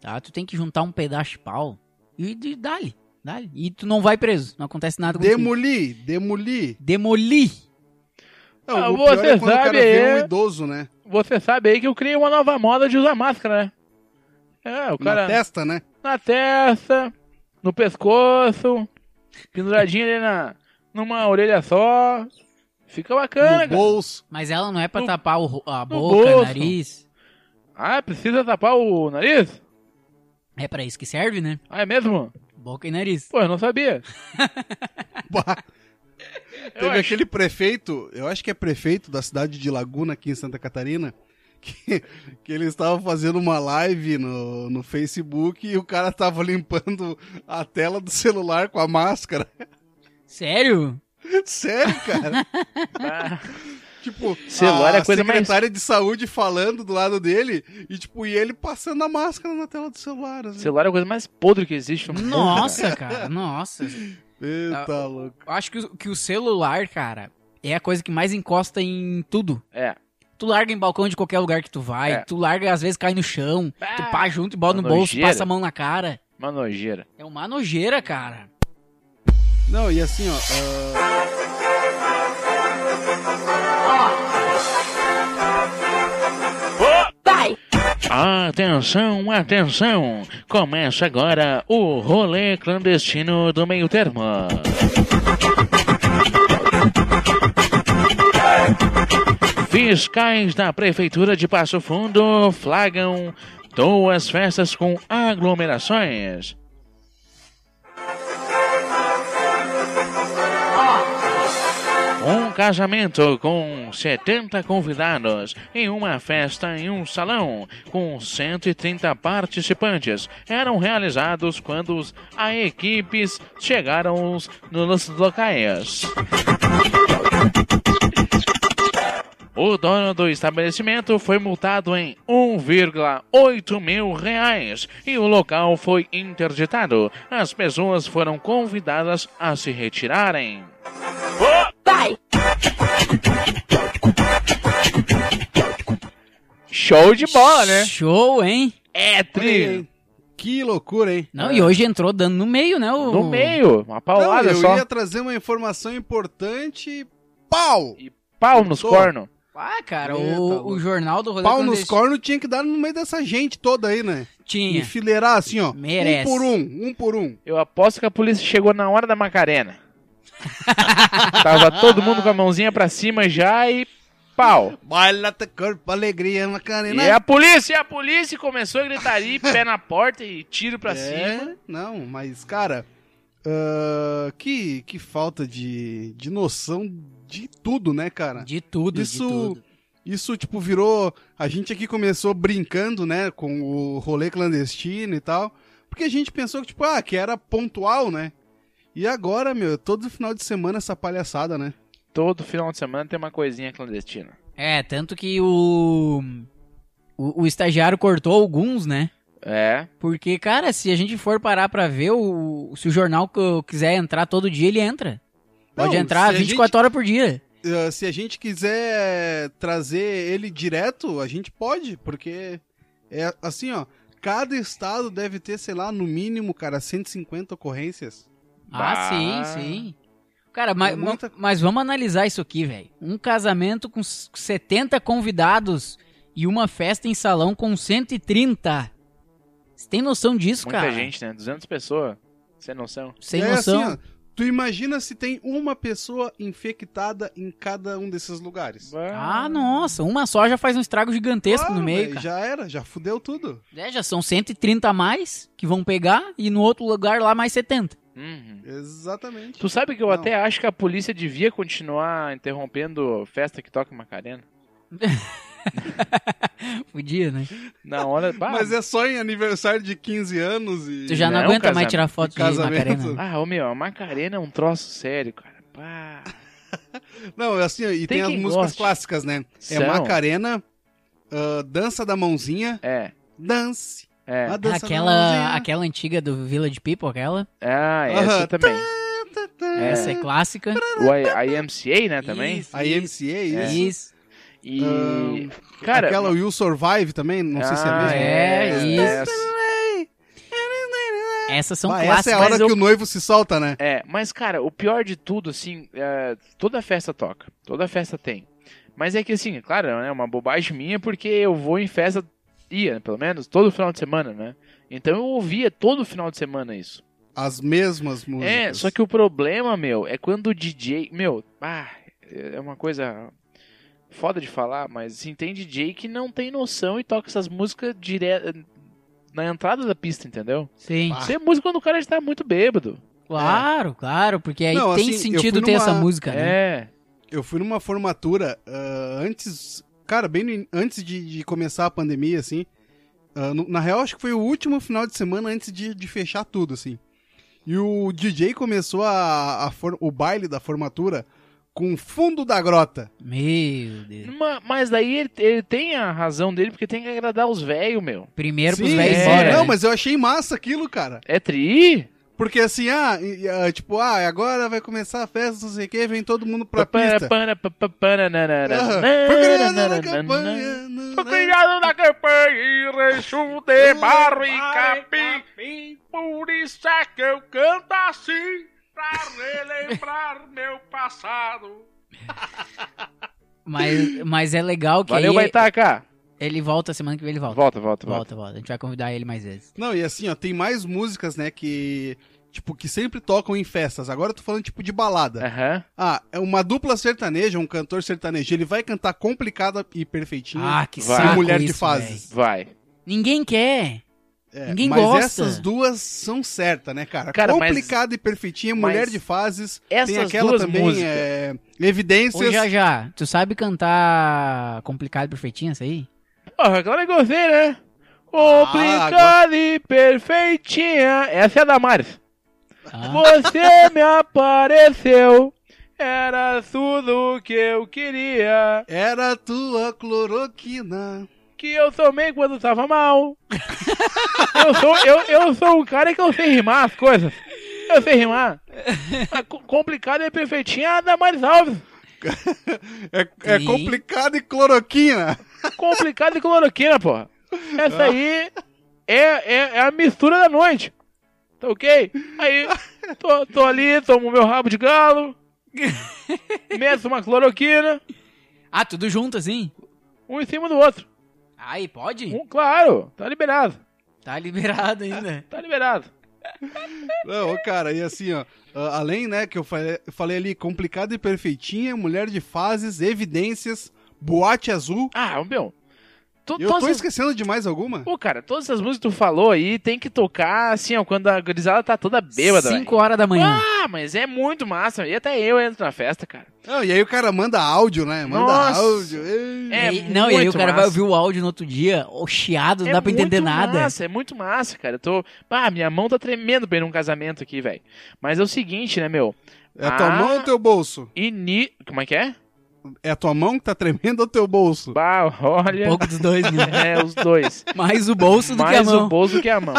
[SPEAKER 1] tá? Tu tem que juntar um pedaço de pau e, e dá-lhe, dá-lhe. E tu não vai preso, não acontece nada com tu.
[SPEAKER 3] Demolir, demolir.
[SPEAKER 1] Demoli.
[SPEAKER 3] Não,
[SPEAKER 2] Ah,
[SPEAKER 3] o pior
[SPEAKER 2] você
[SPEAKER 3] é quando o cara
[SPEAKER 2] sabe,
[SPEAKER 3] vê um
[SPEAKER 2] é.
[SPEAKER 3] idoso, né?
[SPEAKER 2] Você sabe aí que eu criei uma nova moda de usar máscara, né? É, o cara
[SPEAKER 3] Na testa, né?
[SPEAKER 2] na testa, no pescoço, penduradinho ali na, numa orelha só. Fica
[SPEAKER 3] No
[SPEAKER 2] bacana, cara.
[SPEAKER 3] bolso.
[SPEAKER 1] Mas ela não é pra
[SPEAKER 2] No-
[SPEAKER 1] tapar o ro- a boca, o
[SPEAKER 2] bolso.
[SPEAKER 1] nariz.
[SPEAKER 2] Ah, precisa tapar o nariz?
[SPEAKER 1] É pra isso que serve, né?
[SPEAKER 2] Ah, é mesmo?
[SPEAKER 1] Boca e nariz.
[SPEAKER 2] Pô, eu não sabia.
[SPEAKER 3] Bah.
[SPEAKER 2] Eu
[SPEAKER 3] Teve
[SPEAKER 2] acho-
[SPEAKER 3] aquele prefeito, eu acho que é prefeito da cidade de Laguna, aqui em Santa Catarina, que, que ele estava fazendo uma live no, no Facebook e o cara estava limpando a tela do celular com a máscara.
[SPEAKER 1] Sério?
[SPEAKER 3] Sério, cara?
[SPEAKER 2] Ah,
[SPEAKER 3] tipo,
[SPEAKER 2] Celular
[SPEAKER 3] a
[SPEAKER 2] é a coisa mais-
[SPEAKER 3] secretária de saúde falando do lado dele e, tipo, e ele passando a máscara na tela do celular. Assim.
[SPEAKER 2] celular é a coisa mais podre que existe. no mundo,
[SPEAKER 1] Nossa, cara, nossa.
[SPEAKER 3] Eita,
[SPEAKER 2] Ah.
[SPEAKER 3] louco.
[SPEAKER 1] Eu acho que o, que o celular, cara, é a coisa que mais encosta em tudo.
[SPEAKER 2] cara.
[SPEAKER 1] Tu larga em balcão de qualquer lugar que tu vai,
[SPEAKER 2] É.
[SPEAKER 1] tu larga, às vezes cai no chão,
[SPEAKER 2] É.
[SPEAKER 1] tu pá junto e bota
[SPEAKER 2] Uma
[SPEAKER 1] no bolso,
[SPEAKER 2] nojeira.
[SPEAKER 1] passa a mão na cara.
[SPEAKER 2] Uma nojeira.
[SPEAKER 1] É uma nojeira, cara.
[SPEAKER 3] Não, e assim, ó. ah,
[SPEAKER 2] Atenção, atenção! Começa agora o rolê clandestino do meio termo. Fiscais da Prefeitura de Passo Fundo flagram duas festas com aglomerações. Um casamento com 70 convidados e uma festa em um salão com 130 participantes eram realizados quando os- a equipes chegaram nos locais. O dono do estabelecimento foi multado em 1,8 mil reais e o local foi interditado. As pessoas foram convidadas a se retirarem. Show de bola, né?
[SPEAKER 1] Show, hein?
[SPEAKER 2] É, tri.
[SPEAKER 3] Que loucura, hein?
[SPEAKER 1] Não, e hoje entrou dando no meio, né? O...
[SPEAKER 2] No meio, uma
[SPEAKER 3] Não,
[SPEAKER 2] paulada
[SPEAKER 3] eu
[SPEAKER 2] só.
[SPEAKER 3] ia trazer uma informação importante e pau!
[SPEAKER 2] Pau nos
[SPEAKER 3] Tô.
[SPEAKER 2] cornos.
[SPEAKER 1] Ah, cara,
[SPEAKER 3] Eita,
[SPEAKER 1] o,
[SPEAKER 3] tá louco.
[SPEAKER 1] o jornal do rolê
[SPEAKER 3] Pau nos
[SPEAKER 1] clandestino
[SPEAKER 3] cornos tinha que dar no meio dessa gente toda aí, né?
[SPEAKER 1] tinha.
[SPEAKER 3] Enfileirar assim, ó.
[SPEAKER 1] Merece.
[SPEAKER 3] Um por um, um por um.
[SPEAKER 2] Eu aposto que a polícia chegou na hora da Macarena. Tava todo mundo com a mãozinha pra cima já e pau.
[SPEAKER 3] Baila teu corpo, alegria, Macarena.
[SPEAKER 1] é
[SPEAKER 2] E a polícia, é a polícia começou a gritar ali, pé na porta e tiro
[SPEAKER 3] É.
[SPEAKER 2] pra cima.
[SPEAKER 3] Não, mas, cara, ah, que, que falta de, de noção de tudo, né, cara?
[SPEAKER 1] De tudo, de
[SPEAKER 3] Isso-
[SPEAKER 1] tudo.
[SPEAKER 3] Isso, tipo, virou. A gente aqui começou brincando, né, com o rolê clandestino e tal. Porque a gente pensou que, tipo, ah, que era pontual, né? E agora, meu, todo final de semana essa palhaçada, né?
[SPEAKER 2] Todo final de semana tem uma coisinha clandestina.
[SPEAKER 1] É, tanto que o, o. o estagiário cortou alguns, né?
[SPEAKER 2] É,
[SPEAKER 1] Porque, cara, se a gente for parar pra ver, o, se o jornal co- quiser entrar todo dia, ele entra. Pode
[SPEAKER 3] Não,
[SPEAKER 1] entrar
[SPEAKER 3] se a
[SPEAKER 1] 24 horas por dia.
[SPEAKER 3] Ah, se a gente quiser trazer ele direto, a gente pode, porque é assim, ó. Cada estado deve ter, sei lá, no mínimo, cara, 150 ocorrências.
[SPEAKER 1] Ah,
[SPEAKER 2] Bah.
[SPEAKER 1] sim, sim. Cara, mas,
[SPEAKER 3] É muita-
[SPEAKER 1] mas vamos analisar isso aqui, velho. Um casamento com s- 70 convidados e uma festa em salão com 130. Você tem noção disso,
[SPEAKER 2] muita
[SPEAKER 1] cara?
[SPEAKER 2] gente, né? 200 pessoas. Sem noção.
[SPEAKER 1] Sem
[SPEAKER 3] é
[SPEAKER 1] noção.
[SPEAKER 3] assim, ó. Tu imagina se tem uma pessoa infectada em cada um desses lugares.
[SPEAKER 1] ah, nossa, uma só já faz um estrago gigantesco
[SPEAKER 3] Claro,
[SPEAKER 1] no meio,
[SPEAKER 3] velho,
[SPEAKER 1] cara.
[SPEAKER 3] Já era, já fudeu tudo.
[SPEAKER 1] É, já são 130 a mais que vão pegar e no outro lugar lá mais 70.
[SPEAKER 2] Uhum.
[SPEAKER 3] Exatamente.
[SPEAKER 2] Tu sabe que eu
[SPEAKER 3] Não.
[SPEAKER 2] até acho que a polícia devia continuar interrompendo festa que toca Macarena?
[SPEAKER 1] Podia, né?
[SPEAKER 2] Na hora. Bah,
[SPEAKER 3] Mas é só em aniversário de 15 anos e.
[SPEAKER 1] Tu já não,
[SPEAKER 2] Não,
[SPEAKER 1] aguenta mais
[SPEAKER 2] casamento.
[SPEAKER 1] tirar foto de
[SPEAKER 3] Casamento.
[SPEAKER 1] Macarena. né?
[SPEAKER 2] Ah, ô meu, a Macarena é um troço sério, cara. Pá.
[SPEAKER 3] Não, assim, ó, e
[SPEAKER 2] Tem
[SPEAKER 3] tem, as
[SPEAKER 2] quem
[SPEAKER 3] músicas
[SPEAKER 2] goste.
[SPEAKER 3] clássicas, né?
[SPEAKER 2] São.
[SPEAKER 3] É Macarena, ah, Dança da Mãozinha,
[SPEAKER 2] É,
[SPEAKER 3] Dance.
[SPEAKER 2] é.
[SPEAKER 3] A dança
[SPEAKER 1] Aquela, aquela antiga do Village People, aquela.
[SPEAKER 2] Ah, essa
[SPEAKER 3] Aham. Tá.
[SPEAKER 2] também. É.
[SPEAKER 1] Essa é clássica.
[SPEAKER 2] O I- IMCA, né, também.
[SPEAKER 1] Isso,
[SPEAKER 3] A MCA,
[SPEAKER 1] isso,
[SPEAKER 3] isso.
[SPEAKER 1] isso.
[SPEAKER 2] E.
[SPEAKER 3] Ahn,
[SPEAKER 2] cara.
[SPEAKER 3] Aquela Will Survive também, não sei se é
[SPEAKER 2] ah,
[SPEAKER 3] mesmo.
[SPEAKER 1] é, isso.
[SPEAKER 2] Essa.
[SPEAKER 1] Essas são
[SPEAKER 3] Bah,
[SPEAKER 1] clássicas.
[SPEAKER 3] essa é a hora
[SPEAKER 1] mas
[SPEAKER 3] que
[SPEAKER 1] eu-
[SPEAKER 3] o noivo se solta, né?
[SPEAKER 2] É, mas cara, o pior de tudo, assim, é, toda festa toca, toda festa tem. Mas é que assim, claro, é uma bobagem minha porque eu vou em festa, ia, pelo menos, todo final de semana, né? Então eu ouvia todo final de semana isso.
[SPEAKER 3] As mesmas músicas.
[SPEAKER 2] É, só que o problema, meu, é quando o DJ. Meu, ah, é uma coisa foda de falar, mas assim, tem DJ que não tem noção e toca essas músicas direto na entrada da pista, entendeu?
[SPEAKER 1] Sim,
[SPEAKER 3] Ah.
[SPEAKER 2] Isso é música quando o cara está muito bêbado.
[SPEAKER 1] claro, claro, porque aí
[SPEAKER 3] é. Não,
[SPEAKER 1] tem
[SPEAKER 3] assim, eu
[SPEAKER 1] sentido
[SPEAKER 3] fui
[SPEAKER 1] ter
[SPEAKER 3] numa-
[SPEAKER 1] essa música, né?
[SPEAKER 2] É.
[SPEAKER 3] Eu fui numa formatura ah, antes. Cara, bem no in- antes de, de começar a pandemia, assim. ah, no- na real, acho que foi o último final de semana antes de, de fechar tudo, assim. E o DJ começou a, a for- o baile da formatura com fundo da grota.
[SPEAKER 1] Meu
[SPEAKER 3] É.
[SPEAKER 1] Deus.
[SPEAKER 2] Ma- Mas daí ele, ele tem a razão dele, porque tem que agradar os velhos, meu.
[SPEAKER 1] Primeiro pros
[SPEAKER 3] Sim,
[SPEAKER 1] velhos
[SPEAKER 2] é.
[SPEAKER 1] embora.
[SPEAKER 3] Não,
[SPEAKER 1] né?
[SPEAKER 3] mas eu achei massa aquilo, cara.
[SPEAKER 2] É tri?
[SPEAKER 3] Porque assim, ah, e- e, ah, tipo, ah, agora vai começar a festa, não sei o que, vem todo mundo pra
[SPEAKER 2] Papara,
[SPEAKER 3] pista.
[SPEAKER 2] para, papara, nanara,
[SPEAKER 3] Aham. Foi
[SPEAKER 2] nanara,
[SPEAKER 3] criado na
[SPEAKER 2] nanara, nanara.
[SPEAKER 3] campanha, né? nanana.
[SPEAKER 2] Foi criado na campanha e recho de Hum, barro e capim. Por isso é que eu canto assim, pra relembrar meu passado.
[SPEAKER 1] mas, mas é legal que
[SPEAKER 2] Valeu,
[SPEAKER 1] aí
[SPEAKER 2] Baitaca.
[SPEAKER 1] ele volta, semana que vem ele volta.
[SPEAKER 2] Volta, volta, volta.
[SPEAKER 1] Volta, volta. A gente vai convidar ele mais vezes.
[SPEAKER 3] Não, e assim, ó, tem mais músicas, né, que, tipo, que sempre tocam em festas. Agora eu tô falando, tipo, de balada.
[SPEAKER 2] Aham.
[SPEAKER 3] Ah, é uma dupla sertaneja, um cantor sertanejo, ele vai cantar complicada e perfeitinha.
[SPEAKER 1] Ah, que
[SPEAKER 2] Vai.
[SPEAKER 1] saco
[SPEAKER 3] Mulher de
[SPEAKER 1] isso,
[SPEAKER 3] fases.
[SPEAKER 1] velho.
[SPEAKER 2] Vai.
[SPEAKER 1] Ninguém quer.
[SPEAKER 3] É,
[SPEAKER 1] ninguém
[SPEAKER 3] mas
[SPEAKER 1] gosta.
[SPEAKER 3] essas duas são certas, né, cara?
[SPEAKER 2] Cara, mas-
[SPEAKER 3] complicada e perfeitinha,
[SPEAKER 2] mas
[SPEAKER 3] mulher de fases.
[SPEAKER 2] Essas
[SPEAKER 3] tem aquela
[SPEAKER 2] duas
[SPEAKER 3] também,
[SPEAKER 2] músicas.
[SPEAKER 3] é,
[SPEAKER 1] Ô,
[SPEAKER 3] Evidências.
[SPEAKER 1] já já, tu sabe cantar complicado e perfeitinho essa aí?
[SPEAKER 2] Porra, agora eu gostei, né?
[SPEAKER 3] Ah,
[SPEAKER 2] Complicada e perfeitinha. Essa é a Damares.
[SPEAKER 1] Ah,
[SPEAKER 2] Você me apareceu Era tudo o que eu queria.
[SPEAKER 3] Era tua cloroquina.
[SPEAKER 2] Que eu tomei quando tava mal. eu, sou, eu, eu sou um cara que eu sei rimar as coisas. Eu sei rimar. Mas co- complicado é perfeitinha a Damares Alves.
[SPEAKER 3] É, é
[SPEAKER 1] Sim.
[SPEAKER 3] complicado e cloroquina.
[SPEAKER 2] Complicado e cloroquina, porra. Essa aí é, é, é a mistura da noite. Tá ok? Aí, tô, tô ali, tomo meu rabo de galo, meto uma cloroquina,
[SPEAKER 1] Ah, tudo junto assim?
[SPEAKER 2] um em cima do outro.
[SPEAKER 1] Aí, pode?
[SPEAKER 2] Um, claro, tá liberado.
[SPEAKER 1] Tá liberado ainda.
[SPEAKER 2] Tá liberado.
[SPEAKER 3] Não, ô, cara, e assim, ó. ah, Além, né, que eu falei, falei ali, complicado e perfeitinha, mulher de fases, evidências, boate azul.
[SPEAKER 2] Ah, meu. to-
[SPEAKER 3] Eu
[SPEAKER 2] todas
[SPEAKER 3] tô
[SPEAKER 2] essas-
[SPEAKER 3] esquecendo de mais alguma?
[SPEAKER 2] Pô, cara, todas essas músicas que tu falou aí tem que tocar assim, ó, quando a gurizada tá toda bêbada. velho.
[SPEAKER 1] 5 horas da manhã.
[SPEAKER 2] Ah, mas é muito massa. E até eu entro na festa, cara.
[SPEAKER 3] Não, e aí o cara manda áudio, né? Manda
[SPEAKER 2] Nossa.
[SPEAKER 3] áudio. Ei.
[SPEAKER 2] É
[SPEAKER 1] E aí- não, e aí o
[SPEAKER 2] muito
[SPEAKER 1] cara vai
[SPEAKER 2] massa.
[SPEAKER 1] ouvir o áudio no outro dia, o chiado, não
[SPEAKER 2] É
[SPEAKER 1] dá pra entender
[SPEAKER 2] muito
[SPEAKER 1] nada.
[SPEAKER 2] Massa, é muito massa, cara. Eu tô. Ah, minha mão tá tremendo pra ir num casamento aqui, velho. Mas é o seguinte, né, meu?
[SPEAKER 3] É a tua
[SPEAKER 2] Ah.
[SPEAKER 3] mão ou teu bolso?
[SPEAKER 2] Ini. Como é que é?
[SPEAKER 3] É a tua mão que tá tremendo ou teu bolso?
[SPEAKER 2] Bah,
[SPEAKER 1] Um
[SPEAKER 2] olha.
[SPEAKER 1] pouco dos dois, né?
[SPEAKER 2] É, os dois.
[SPEAKER 1] Mais o bolso do que é a
[SPEAKER 2] Mais
[SPEAKER 1] mão.
[SPEAKER 2] o bolso que a mão.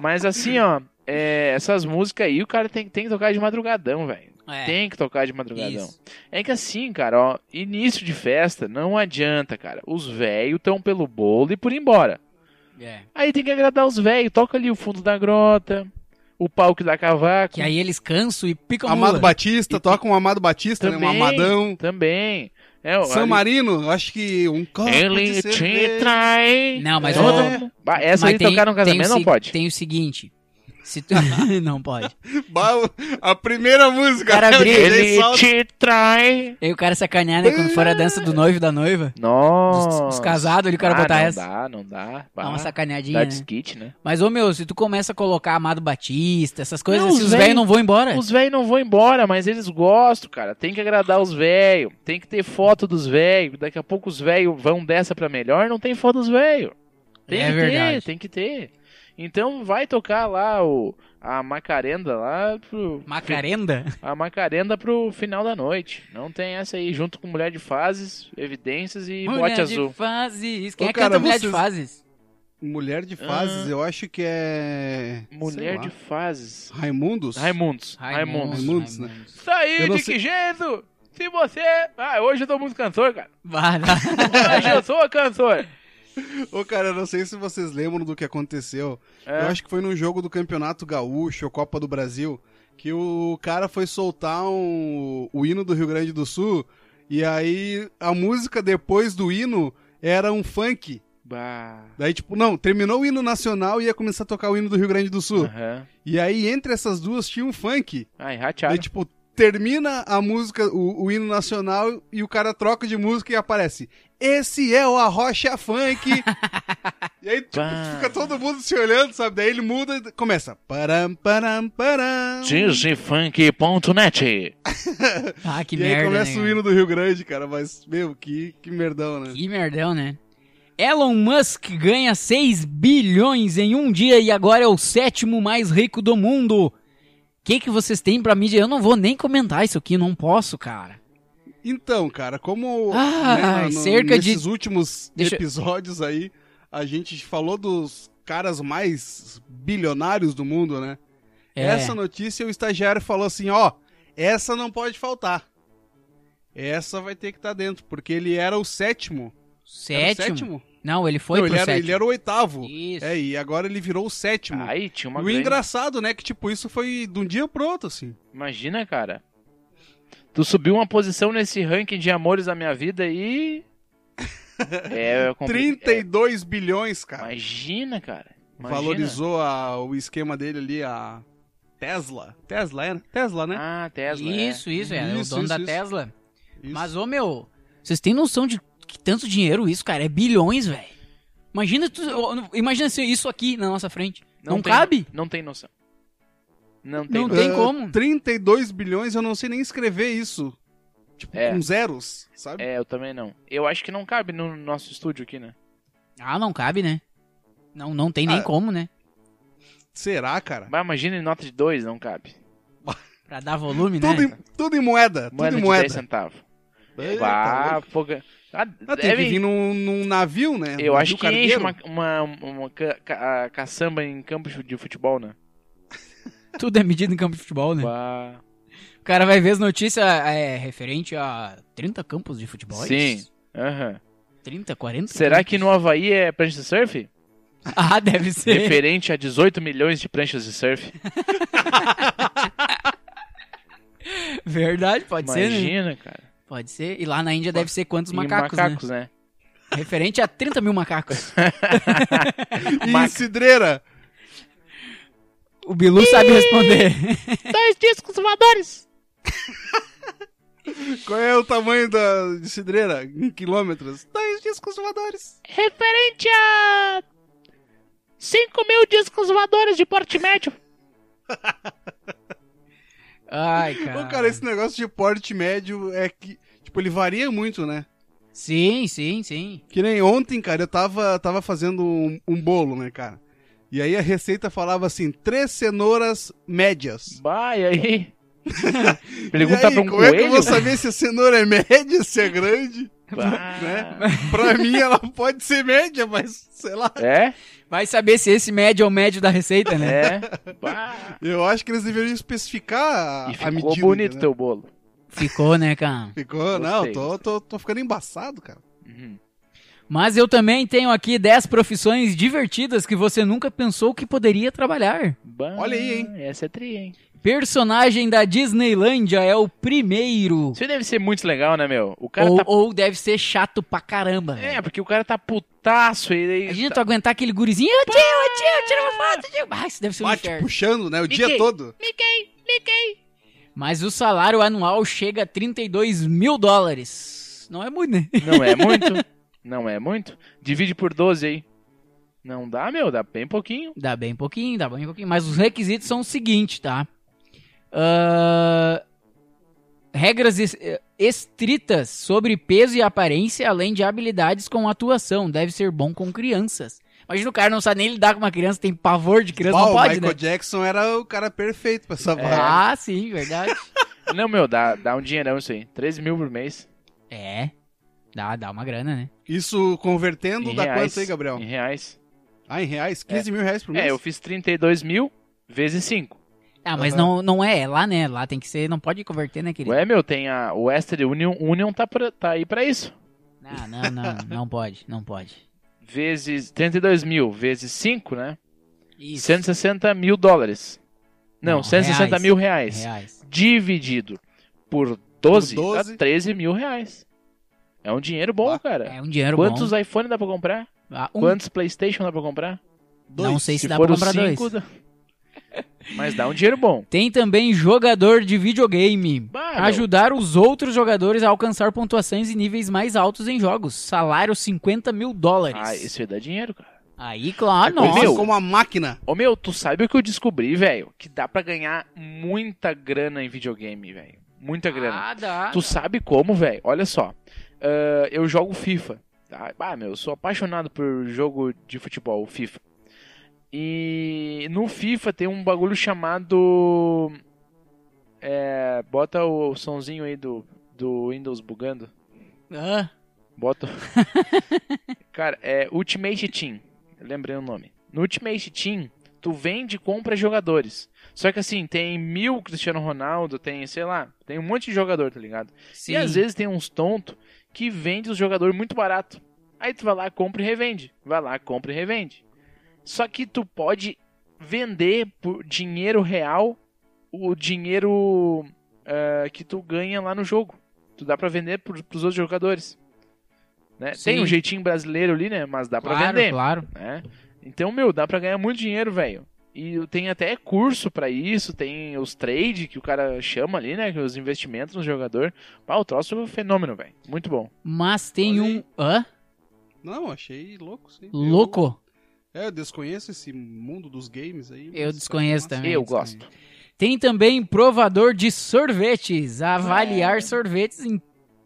[SPEAKER 2] Mas assim, ó. é, essas músicas aí, o cara tem, tem que tocar de madrugadão, velho.
[SPEAKER 1] É,
[SPEAKER 2] Tem que tocar de madrugadão.
[SPEAKER 1] isso.
[SPEAKER 2] É que assim, cara, ó, início de festa não adianta, cara. Os velhos tão pelo bolo e por ir embora.
[SPEAKER 1] É.
[SPEAKER 2] Aí tem que agradar os velhos. Toca ali o fundo da grota, o palco da cavaco.
[SPEAKER 1] Que aí eles cansam e picam a
[SPEAKER 3] Amado
[SPEAKER 1] mula.
[SPEAKER 3] Batista, toca um Amado Batista, né? Um
[SPEAKER 2] Também.
[SPEAKER 3] Amadão.
[SPEAKER 2] Também. É, ó,
[SPEAKER 3] San
[SPEAKER 2] ali-
[SPEAKER 3] Marino, acho que um copo
[SPEAKER 2] Ele
[SPEAKER 3] de
[SPEAKER 2] te
[SPEAKER 3] cerveja.
[SPEAKER 2] trai.
[SPEAKER 1] Não, mas
[SPEAKER 2] É.
[SPEAKER 1] eu-
[SPEAKER 2] Bah, Essa
[SPEAKER 1] Mas
[SPEAKER 2] aí
[SPEAKER 1] tem-
[SPEAKER 2] tocar num
[SPEAKER 1] tem
[SPEAKER 2] casamento
[SPEAKER 1] o
[SPEAKER 2] não
[SPEAKER 1] se-
[SPEAKER 2] pode.
[SPEAKER 1] Tem o seguinte. Se tu... não pode.
[SPEAKER 3] Bah, A primeira música.
[SPEAKER 1] Cara,
[SPEAKER 3] né?
[SPEAKER 1] abri-
[SPEAKER 3] O DJ
[SPEAKER 2] Ele
[SPEAKER 3] solta.
[SPEAKER 2] te trai.
[SPEAKER 1] Aí o cara sacanear, né? Quando for a dança do noivo e da noiva. Os,
[SPEAKER 2] Nossa.
[SPEAKER 1] os casados, ele o cara
[SPEAKER 2] Ah,
[SPEAKER 1] botar
[SPEAKER 2] não
[SPEAKER 1] essa.
[SPEAKER 2] Não dá, não dá. Bah,
[SPEAKER 1] Dá uma
[SPEAKER 2] dá
[SPEAKER 1] sacaneadinha,
[SPEAKER 2] de
[SPEAKER 1] né?
[SPEAKER 2] skit, né?
[SPEAKER 1] Mas, ô meu, se tu começa a colocar Amado Batista, essas coisas,
[SPEAKER 2] Não,
[SPEAKER 1] assim,
[SPEAKER 2] os
[SPEAKER 1] os
[SPEAKER 2] velho-
[SPEAKER 1] velhos não vão embora.
[SPEAKER 2] Os velhos não vão embora, mas eles gostam, cara. Tem que agradar os velhos. Tem que ter foto dos velhos. Daqui a pouco os velhos vão dessa pra melhor. Não tem foto dos velhos. Tem
[SPEAKER 1] É
[SPEAKER 2] que
[SPEAKER 1] verdade.
[SPEAKER 2] ter, tem que ter. Então vai tocar lá o, a Macarenda lá pro.
[SPEAKER 1] Macarenda?
[SPEAKER 2] A Macarenda pro final da noite. Não tem essa aí, junto com Mulher de Fases, Evidências e Bote
[SPEAKER 1] mulher de
[SPEAKER 2] Azul.
[SPEAKER 1] fases. Quem
[SPEAKER 3] Ô,
[SPEAKER 1] é que
[SPEAKER 3] cara,
[SPEAKER 1] canta mulher de
[SPEAKER 3] vocês-
[SPEAKER 1] fases?
[SPEAKER 3] Mulher de fases,
[SPEAKER 2] Ah.
[SPEAKER 3] eu acho que é. sei
[SPEAKER 2] Mulher
[SPEAKER 3] lá.
[SPEAKER 2] de Fases.
[SPEAKER 3] Raimundos?
[SPEAKER 2] Raimundos. Raimundos.
[SPEAKER 3] Raimundos, né?
[SPEAKER 1] Raimundos.
[SPEAKER 2] Isso aí,
[SPEAKER 3] Eu não
[SPEAKER 2] de
[SPEAKER 3] sei-
[SPEAKER 2] que jeito? Se você. Ah, hoje eu tô muito cantor, cara.
[SPEAKER 1] Vai lá.
[SPEAKER 2] Hoje eu sou É, cantor.
[SPEAKER 3] Ô, cara, eu não sei se vocês lembram do que aconteceu.
[SPEAKER 2] É.
[SPEAKER 3] Eu acho que foi num jogo do Campeonato Gaúcho, ou Copa do Brasil, que o cara foi soltar um- o hino do Rio Grande do Sul, e aí a música depois do hino era um funk.
[SPEAKER 2] Bah.
[SPEAKER 3] Daí, tipo, não, terminou o hino nacional e ia começar a tocar o hino do Rio Grande do Sul.
[SPEAKER 2] Aham.
[SPEAKER 3] E aí, entre essas duas, tinha um funk.
[SPEAKER 2] Ai,
[SPEAKER 3] Daí,
[SPEAKER 2] rateado.
[SPEAKER 3] tipo, termina a música, o, o hino nacional, e o cara troca de música e aparece. Esse é o Arrocha Funk. e aí, tipo,
[SPEAKER 2] Bah.
[SPEAKER 3] fica todo mundo se olhando, sabe? Daí ele muda e começa. Param, param, param.
[SPEAKER 2] Dizefunk.net.
[SPEAKER 1] Ah, que
[SPEAKER 3] e
[SPEAKER 1] merda.
[SPEAKER 3] aí
[SPEAKER 1] né,
[SPEAKER 3] começa o hino do Rio Grande, cara. Mas, meu, que, que merdão, né?
[SPEAKER 1] cara? Que merdão, né? Elon Musk ganha 6 bilhões em um dia e agora é o sétimo mais rico do mundo. O que, que vocês têm pra mídia? Eu não vou nem comentar isso aqui, não posso, cara.
[SPEAKER 3] Então, cara, como
[SPEAKER 1] Ah,
[SPEAKER 3] né, no-
[SPEAKER 1] cerca de-
[SPEAKER 3] nesses últimos
[SPEAKER 1] Deixa-
[SPEAKER 3] episódios aí, a gente falou dos caras mais bilionários do mundo, né?
[SPEAKER 1] É,
[SPEAKER 3] Essa notícia, o estagiário falou assim, ó, essa não pode faltar. Essa vai ter que estar dentro, porque ele era o sétimo. Era o
[SPEAKER 1] sétimo? Não, ele foi
[SPEAKER 3] Não,
[SPEAKER 1] pro
[SPEAKER 3] ele, era,
[SPEAKER 1] sétimo.
[SPEAKER 3] ele era o oitavo.
[SPEAKER 1] Isso.
[SPEAKER 3] É, e agora ele virou o sétimo.
[SPEAKER 2] Aí tinha Ah, é uma
[SPEAKER 3] o
[SPEAKER 2] grande...
[SPEAKER 3] engraçado, né, que tipo, isso foi de um dia pro outro, assim.
[SPEAKER 2] Imagina, cara. Tu subiu uma posição nesse ranking de amores da minha vida e. É, eu compre- é,
[SPEAKER 3] 32 bilhões, cara.
[SPEAKER 2] Imagina, cara. Imagina.
[SPEAKER 3] Valorizou a- o esquema dele ali, a Tesla. Tesla, é? Tesla, né?
[SPEAKER 2] Ah, Tesla. é.
[SPEAKER 1] Isso, isso, é.
[SPEAKER 3] Isso,
[SPEAKER 1] o dono
[SPEAKER 3] isso,
[SPEAKER 1] da
[SPEAKER 3] isso.
[SPEAKER 1] Tesla.
[SPEAKER 3] Isso.
[SPEAKER 1] Mas, ô meu, vocês têm noção de que tanto dinheiro isso, cara? É bilhões, velho. Imagina, tu, ó, imagina se isso aqui na nossa frente. Não,
[SPEAKER 2] tem-
[SPEAKER 1] cabe?
[SPEAKER 2] Não tem noção. Não tem
[SPEAKER 1] Não
[SPEAKER 2] noção.
[SPEAKER 1] tem
[SPEAKER 3] Ah,
[SPEAKER 1] como.
[SPEAKER 3] 32 bilhões, eu não sei nem escrever isso. Tipo,
[SPEAKER 2] É.
[SPEAKER 3] com zeros, sabe?
[SPEAKER 2] É, eu também não. Eu acho que não cabe no nosso estúdio aqui, né?
[SPEAKER 1] Ah, não cabe, né? Não, não tem nem
[SPEAKER 3] Ah.
[SPEAKER 1] como, né?
[SPEAKER 3] Será, cara?
[SPEAKER 2] Mas imagina em nota de dois, não cabe.
[SPEAKER 1] Pra dar volume, né?
[SPEAKER 3] Tudo em, tudo em moeda,
[SPEAKER 2] Moeda
[SPEAKER 3] Tá tudo em
[SPEAKER 2] de 10
[SPEAKER 3] moeda.
[SPEAKER 2] centavos.
[SPEAKER 3] Eita,
[SPEAKER 2] Bah,
[SPEAKER 3] É, tá louco.
[SPEAKER 2] foga- Ah,
[SPEAKER 3] Ah, tem que
[SPEAKER 2] deve-
[SPEAKER 3] vir num, num navio, né?
[SPEAKER 2] Eu
[SPEAKER 3] Um
[SPEAKER 2] acho
[SPEAKER 3] navio
[SPEAKER 2] que enche
[SPEAKER 3] cargueiro.
[SPEAKER 2] uma, uma, uma ca- ca- caçamba em campo de futebol, né?
[SPEAKER 1] Tudo é medido em campo de futebol, né?
[SPEAKER 2] Bah.
[SPEAKER 1] O cara vai ver as notícias é, referente a 30 campos de futebol? é
[SPEAKER 2] Sim.
[SPEAKER 1] isso?
[SPEAKER 2] Aham.
[SPEAKER 1] 30, 40?
[SPEAKER 2] Será que no Havaí é prancha de surf?
[SPEAKER 1] Ah, deve ser.
[SPEAKER 2] Referente a 18 milhões de pranchas de surf.
[SPEAKER 1] Verdade, pode ser, né?
[SPEAKER 2] Imagina, cara.
[SPEAKER 1] Pode ser. E lá na Índia deve ser quantos
[SPEAKER 2] E
[SPEAKER 1] macacos,
[SPEAKER 2] macacos né?
[SPEAKER 1] né? Referente a 30 mil macacos.
[SPEAKER 3] E cidreira.
[SPEAKER 1] O Bilu sabe responder.
[SPEAKER 2] Dois discos voadores!
[SPEAKER 3] Qual é o tamanho da de cidreira? Em quilômetros? 10 discos voadores.
[SPEAKER 2] Referente a 5 mil discos voadores de porte médio.
[SPEAKER 1] Ai, cara.
[SPEAKER 3] Ô, cara, esse negócio de porte médio é que. Tipo, ele varia muito, né?
[SPEAKER 1] Sim, sim, sim.
[SPEAKER 3] Que nem ontem, cara, eu tava, tava fazendo um, um bolo, né, cara? E aí a receita falava assim: três cenouras médias.
[SPEAKER 2] Bah, e aí? Pergunta
[SPEAKER 3] e aí,
[SPEAKER 2] pra um
[SPEAKER 3] como é que eu
[SPEAKER 2] coelho?
[SPEAKER 3] vou saber se a cenoura é média, se é grande?
[SPEAKER 2] Bah.
[SPEAKER 3] Né? Pra mim ela pode ser média, mas sei lá.
[SPEAKER 2] É?
[SPEAKER 1] Vai saber se esse médio é o médio da receita, né?
[SPEAKER 2] É? Bah.
[SPEAKER 3] Eu acho que eles deveriam especificar a,
[SPEAKER 2] E
[SPEAKER 3] a
[SPEAKER 2] ficou
[SPEAKER 3] medida.
[SPEAKER 2] bonito
[SPEAKER 3] entendeu?
[SPEAKER 2] teu bolo.
[SPEAKER 1] Ficou, né, cara?
[SPEAKER 3] Ficou, não,
[SPEAKER 2] Gostei,
[SPEAKER 3] tô, tô, tô ficando embaçado, cara.
[SPEAKER 2] Uhum.
[SPEAKER 1] Mas eu também tenho aqui 10 profissões divertidas que você nunca pensou que poderia trabalhar.
[SPEAKER 2] Bah,
[SPEAKER 3] Olha aí, hein?
[SPEAKER 2] Essa é tri, hein?
[SPEAKER 1] Personagem da Disneylândia é o primeiro.
[SPEAKER 2] Isso aí deve ser muito legal, né, meu? O cara
[SPEAKER 1] Ou,
[SPEAKER 2] tá.
[SPEAKER 1] ou deve ser chato pra caramba. né? velho.
[SPEAKER 2] É, tá- porque o cara tá putaço e ele.
[SPEAKER 1] Imagina tu aguentar aquele gurizinho. Ô tio, ô tio, tira uma foto, tio. Ah, isso deve ser um
[SPEAKER 3] Bate
[SPEAKER 1] inferno.
[SPEAKER 3] puxando, né, o dia
[SPEAKER 2] Mickey.
[SPEAKER 3] todo.
[SPEAKER 2] Mickey, Mickey!
[SPEAKER 1] Mas o salário anual chega a 32 mil dólares. Não é muito, né?
[SPEAKER 2] Não é muito? Não é muito? Divide por 12 aí. Não dá, meu, dá bem pouquinho.
[SPEAKER 1] Dá bem um pouquinho, dá bem pouquinho. Mas os requisitos são os seguintes, tá? Ahn, regras es- eh, estritas sobre peso e aparência, além de habilidades com atuação. Deve ser bom com crianças. Imagina o cara não sabe nem lidar com uma criança, tem pavor de criança,
[SPEAKER 3] Bah,
[SPEAKER 1] não
[SPEAKER 3] o
[SPEAKER 1] pode,
[SPEAKER 3] Michael
[SPEAKER 1] né?
[SPEAKER 3] Jackson era o cara perfeito pra essa
[SPEAKER 2] É. né?
[SPEAKER 3] vaga.
[SPEAKER 1] Ah, sim, verdade.
[SPEAKER 2] Não, meu, dá, dá um dinheirão isso aí. 13 mil por mês.
[SPEAKER 1] é. Dá, dá uma grana, né?
[SPEAKER 3] Isso convertendo
[SPEAKER 2] Em
[SPEAKER 3] dá
[SPEAKER 2] reais.
[SPEAKER 3] quanto aí, Gabriel?
[SPEAKER 2] Em reais.
[SPEAKER 3] Ah, em reais? 15 mil reais por mês?
[SPEAKER 2] É, eu fiz 32 mil vezes 5.
[SPEAKER 1] Ah, mas
[SPEAKER 3] Aham.
[SPEAKER 1] não, não é, é lá, né? Lá tem que ser, não pode converter, né, querido?
[SPEAKER 2] Ué, meu, tem a. O Western Union, Union tá, pra- tá aí pra isso.
[SPEAKER 1] Não, Ah, não, não, não pode, não pode.
[SPEAKER 2] Vezes. 32 mil vezes 5, né?
[SPEAKER 1] Isso.
[SPEAKER 2] 160 mil dólares. Não,
[SPEAKER 1] Não,
[SPEAKER 2] 160
[SPEAKER 1] reais.
[SPEAKER 2] mil reais.
[SPEAKER 1] reais.
[SPEAKER 2] Dividido por 12,
[SPEAKER 3] Por 12.
[SPEAKER 2] dá 13 mil reais. É um dinheiro bom,
[SPEAKER 3] Ah,
[SPEAKER 2] cara.
[SPEAKER 1] É um dinheiro
[SPEAKER 2] Quantos
[SPEAKER 1] bom.
[SPEAKER 2] iPhone dá pra comprar?
[SPEAKER 1] Ah, um
[SPEAKER 2] Quantos Playstation dá pra comprar?
[SPEAKER 3] Dois.
[SPEAKER 1] Não sei se, dá
[SPEAKER 2] for
[SPEAKER 1] pra
[SPEAKER 2] os
[SPEAKER 1] comprar
[SPEAKER 2] cinco,
[SPEAKER 1] dois.
[SPEAKER 2] dá- Mas dá um dinheiro bom.
[SPEAKER 1] Tem também jogador de videogame.
[SPEAKER 2] Bah, Ah, meu.
[SPEAKER 1] Ajudar os outros jogadores a alcançar pontuações e níveis mais altos em jogos. Salário 50 mil dólares.
[SPEAKER 2] Ah, isso é aí dá dinheiro, cara.
[SPEAKER 1] Aí, claro,
[SPEAKER 2] Ô,
[SPEAKER 1] nossa.
[SPEAKER 3] Nossa,
[SPEAKER 2] meu.
[SPEAKER 3] como a máquina.
[SPEAKER 2] Ô meu, tu sabe o que eu descobri, velho? Que dá pra ganhar muita grana em videogame, velho. Muita grana.
[SPEAKER 1] Ah, dá.
[SPEAKER 2] Tu sabe como, velho? Olha só. Ah, eu jogo FIFA. Tá? Ah, meu, eu sou apaixonado por jogo de futebol, FIFA. E no FIFA tem um bagulho chamado. É, bota o, sonzinho aí do, do Windows bugando.
[SPEAKER 1] Ah,
[SPEAKER 2] Bota. Cara, é Ultimate Team. Lembrei o nome. No Ultimate Team, tu vende e compra jogadores. Só que assim, tem mil Cristiano Ronaldo, tem, sei lá, tem um monte de jogador, tá ligado?
[SPEAKER 1] sim.
[SPEAKER 2] E às vezes tem uns tonto que vende os jogadores muito barato. Aí tu vai lá, compra e revende. Vai lá, compra e revende. Só que tu pode vender por dinheiro real o dinheiro ah, que tu ganha lá no jogo. Tu dá pra vender pro, pros outros jogadores. né?
[SPEAKER 1] Sim.
[SPEAKER 2] Tem um jeitinho brasileiro ali, né? Mas dá pra
[SPEAKER 1] claro,
[SPEAKER 2] vender
[SPEAKER 1] claro.
[SPEAKER 2] né? Então, meu, dá pra ganhar muito dinheiro, velho. E tem até curso pra isso, tem os trade que o cara chama ali, né? que Os investimentos no jogador. Pá, o troço é um fenômeno, velho. Muito bom.
[SPEAKER 1] Mas tem
[SPEAKER 3] Olha
[SPEAKER 1] um...
[SPEAKER 3] aí.
[SPEAKER 1] Hã?
[SPEAKER 3] Não, achei louco. Sim. Eu-
[SPEAKER 1] Louco?
[SPEAKER 3] é, eu desconheço esse mundo dos games aí. mas
[SPEAKER 1] Eu
[SPEAKER 3] acho
[SPEAKER 1] desconheço
[SPEAKER 3] massa.
[SPEAKER 1] também.
[SPEAKER 2] Eu
[SPEAKER 1] isso
[SPEAKER 2] gosto.
[SPEAKER 1] Tem também provador de sorvetes.
[SPEAKER 2] É.
[SPEAKER 1] Avaliar sorvetes em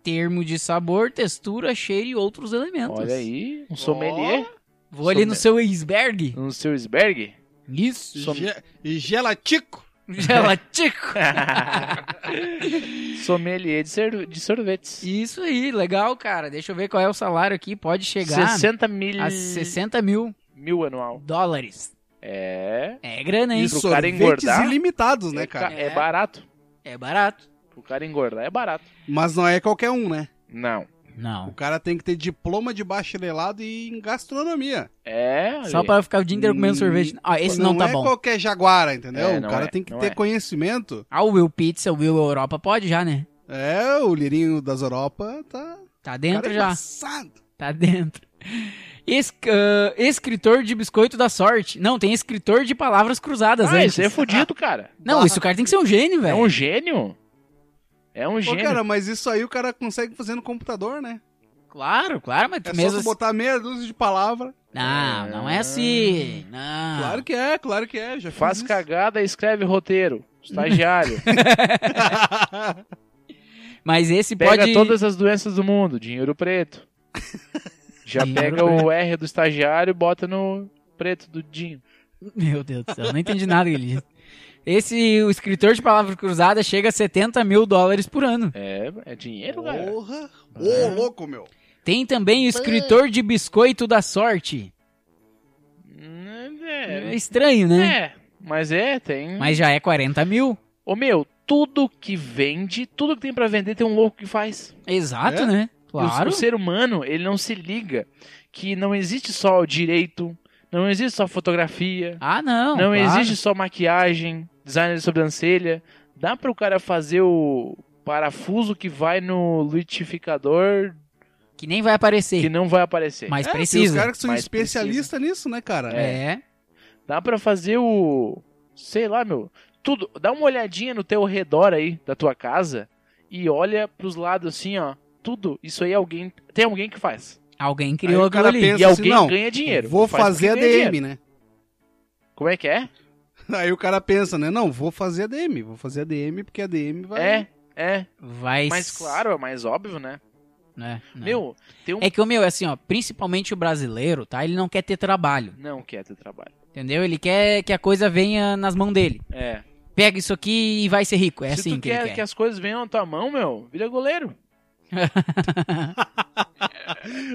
[SPEAKER 1] termos de sabor, textura, cheiro e outros elementos.
[SPEAKER 2] Olha aí, um sommelier
[SPEAKER 1] Vou ali no seu iceberg.
[SPEAKER 2] no seu iceberg.
[SPEAKER 1] Isso.
[SPEAKER 2] Som-
[SPEAKER 3] Ge- E gelatico.
[SPEAKER 1] Gelatico.
[SPEAKER 2] Sommelier de, sor- de sorvetes.
[SPEAKER 1] Isso aí, legal, cara. Deixa eu ver qual é o salário aqui. Pode chegar
[SPEAKER 2] 60 mil,
[SPEAKER 1] a 60 mil
[SPEAKER 2] mil anual.
[SPEAKER 1] dólares.
[SPEAKER 2] É.
[SPEAKER 1] É grana, hein?
[SPEAKER 3] E
[SPEAKER 2] pro cara
[SPEAKER 3] sorvetes
[SPEAKER 2] engordar,
[SPEAKER 3] ilimitados, né,
[SPEAKER 2] é,
[SPEAKER 3] cara?
[SPEAKER 2] ca- É
[SPEAKER 1] É.
[SPEAKER 2] barato.
[SPEAKER 1] É barato.
[SPEAKER 2] O cara engordar é barato.
[SPEAKER 3] Mas não é qualquer um, né?
[SPEAKER 2] Não.
[SPEAKER 3] O
[SPEAKER 1] Não.
[SPEAKER 3] cara tem que ter diploma de bacharelado em gastronomia.
[SPEAKER 2] É.
[SPEAKER 1] Só pra ficar o dia inteiro comendo
[SPEAKER 3] Hum,
[SPEAKER 1] sorvete. Ah, esse não, tá
[SPEAKER 3] é
[SPEAKER 1] bom.
[SPEAKER 3] qualquer jaguara, entendeu?
[SPEAKER 2] É,
[SPEAKER 3] o
[SPEAKER 2] não
[SPEAKER 3] cara
[SPEAKER 2] é,
[SPEAKER 3] tem que
[SPEAKER 2] não
[SPEAKER 3] ter
[SPEAKER 2] é.
[SPEAKER 3] conhecimento.
[SPEAKER 1] Ah, o Will Pizza, o Will Europa pode já, né?
[SPEAKER 3] É, o lirinho das Europa tá.
[SPEAKER 1] Tá
[SPEAKER 3] o
[SPEAKER 1] dentro
[SPEAKER 3] cara é
[SPEAKER 1] já.
[SPEAKER 3] embaçado.
[SPEAKER 1] Tá dentro. Es- ah, escritor de biscoito da sorte. Não, tem escritor de palavras cruzadas
[SPEAKER 2] Ah,
[SPEAKER 1] antes.
[SPEAKER 2] isso é fudido, cara.
[SPEAKER 1] Não, isso o cara tem que ser um gênio,
[SPEAKER 2] É
[SPEAKER 1] velho.
[SPEAKER 2] um gênio. É um
[SPEAKER 3] Pô,
[SPEAKER 2] gênio.
[SPEAKER 3] cara, mas isso aí o cara consegue fazer no computador, né?
[SPEAKER 1] Claro, claro, mas tu
[SPEAKER 3] É
[SPEAKER 1] mesmo. assim-
[SPEAKER 3] só tu botar meia dúzia de palavra.
[SPEAKER 1] Não, não é assim. Não.
[SPEAKER 3] Claro que é, claro que é. Já fiz
[SPEAKER 2] Faz
[SPEAKER 3] isso.
[SPEAKER 2] cagada e escreve roteiro. Estagiário.
[SPEAKER 1] Mas esse
[SPEAKER 2] Pega
[SPEAKER 1] pode.
[SPEAKER 2] todas as doenças do mundo. Dinheiro preto. Já
[SPEAKER 1] Dinheiro
[SPEAKER 2] pega o R do estagiário e bota no preto do Dinho.
[SPEAKER 1] Meu Deus do céu, eu não entendi nada que ele disse. Esse, o escritor de palavras cruzadas chega a 70 mil dólares por ano.
[SPEAKER 2] É, é dinheiro, cara.
[SPEAKER 3] Porra!
[SPEAKER 1] É.
[SPEAKER 3] Ô, louco, meu!
[SPEAKER 1] Tem também o escritor de biscoito da sorte. É
[SPEAKER 2] É,
[SPEAKER 1] estranho, né?
[SPEAKER 2] é, mas é, tem.
[SPEAKER 1] Hum. Mas já é 40 mil.
[SPEAKER 2] Ô meu, tudo que vende, tudo que tem pra vender tem um louco que faz.
[SPEAKER 1] Exato,
[SPEAKER 3] É?
[SPEAKER 1] né?
[SPEAKER 2] O-
[SPEAKER 1] Claro.
[SPEAKER 2] O, ser humano, ele não se liga que não existe só o direito, não existe só fotografia,
[SPEAKER 1] Ah, não.
[SPEAKER 2] não,
[SPEAKER 1] claro.
[SPEAKER 2] existe só maquiagem, design de sobrancelha. Dá pro cara fazer o parafuso que vai no lutificador
[SPEAKER 1] Que nem vai aparecer.
[SPEAKER 2] que não vai aparecer.
[SPEAKER 1] Mas
[SPEAKER 3] É, Tem os
[SPEAKER 1] precisa.
[SPEAKER 3] caras que são
[SPEAKER 2] Mas
[SPEAKER 3] especialistas nisso, né, cara?
[SPEAKER 1] É.
[SPEAKER 2] Dá pra fazer o. Sei lá, meu. Tudo. Dá uma olhadinha no teu redor aí, da tua casa, e olha pros lados assim, ó. Tudo. Isso aí alguém. Tem alguém que faz.
[SPEAKER 1] Alguém
[SPEAKER 3] Aí
[SPEAKER 1] criou
[SPEAKER 3] o
[SPEAKER 1] aquilo
[SPEAKER 3] cara
[SPEAKER 1] ali.
[SPEAKER 3] pensa-
[SPEAKER 2] e
[SPEAKER 3] assim,
[SPEAKER 2] alguém
[SPEAKER 3] não,
[SPEAKER 2] ganha dinheiro.
[SPEAKER 3] Vou
[SPEAKER 2] Faz
[SPEAKER 3] fazer a
[SPEAKER 2] porque ganha dinheiro.
[SPEAKER 3] DM, né?
[SPEAKER 2] Como é que é?
[SPEAKER 3] Aí o cara pensa, né? Não, vou fazer a DM, vou fazer a DM porque a DM vai.
[SPEAKER 2] É, é.
[SPEAKER 1] Vai.
[SPEAKER 2] Mais claro, é mais óbvio, né?
[SPEAKER 1] né? Não.
[SPEAKER 2] Meu, tem um.
[SPEAKER 1] É que o meu, é assim, ó, principalmente o brasileiro, tá? Ele não quer ter trabalho,
[SPEAKER 2] Não quer ter trabalho.
[SPEAKER 1] entendeu? Ele quer que a coisa venha nas mãos dele.
[SPEAKER 2] É.
[SPEAKER 1] Pega isso aqui e vai ser rico. É
[SPEAKER 2] Se
[SPEAKER 1] assim
[SPEAKER 2] tu
[SPEAKER 1] que
[SPEAKER 2] quer,
[SPEAKER 1] ele
[SPEAKER 2] que
[SPEAKER 1] quer.
[SPEAKER 2] as coisas venham na tua mão, meu, vira goleiro.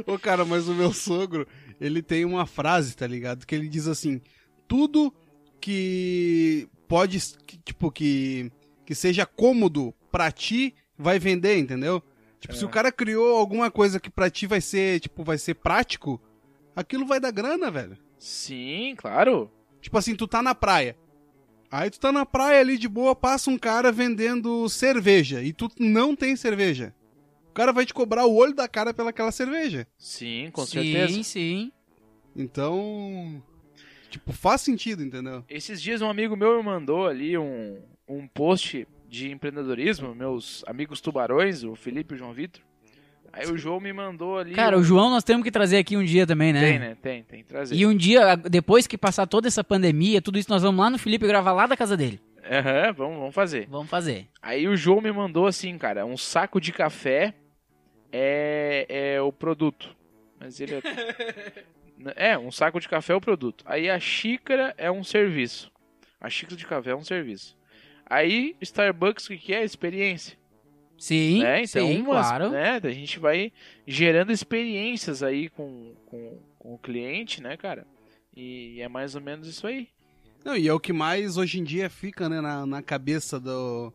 [SPEAKER 3] Ô, cara, mas o meu sogro, ele tem uma frase, tá ligado? Que ele diz assim: tudo que pode, que, tipo, que, que seja cômodo pra ti, vai vender, entendeu? Tipo, se o cara criou alguma coisa que pra ti vai ser, tipo, vai ser prático, aquilo vai dar grana, velho.
[SPEAKER 2] Sim, claro.
[SPEAKER 3] Tipo assim, tu tá na praia. Aí tu tá na praia ali de boa, passa um cara vendendo cerveja e tu não tem cerveja. O cara vai te cobrar o olho da cara pelaquela cerveja.
[SPEAKER 2] Sim, com
[SPEAKER 1] sim,
[SPEAKER 2] certeza.
[SPEAKER 1] sim.
[SPEAKER 3] Então, tipo, faz sentido, entendeu?
[SPEAKER 2] Esses dias um amigo meu me mandou ali um, um post de empreendedorismo, meus amigos tubarões, o Felipe e o João Vitor. Aí o João me mandou ali.
[SPEAKER 1] Cara,
[SPEAKER 2] um...
[SPEAKER 1] o João nós temos que trazer aqui um dia também, né?
[SPEAKER 2] Tem, né? Tem, tem que trazer.
[SPEAKER 1] E um dia, depois que passar toda essa pandemia, tudo isso, nós vamos lá no Felipe gravar lá da casa dele.
[SPEAKER 2] Aham, vamos, vamos fazer.
[SPEAKER 1] Vamos fazer.
[SPEAKER 2] Aí o João me mandou assim, cara, um saco de café é, é o produto. Mas ele é... é, um saco de café é o produto. Aí a xícara é um serviço. A xícara de café é um serviço. Aí Starbucks, o que que é? Experiência.
[SPEAKER 1] Sim,
[SPEAKER 2] né? Então,
[SPEAKER 1] sim,
[SPEAKER 2] umas,
[SPEAKER 1] claro.
[SPEAKER 2] né, A gente vai gerando experiências aí com, com, com o cliente, né, cara? E é mais ou menos isso aí.
[SPEAKER 3] Não, e é o que mais hoje em dia fica, né, na, na cabeça do,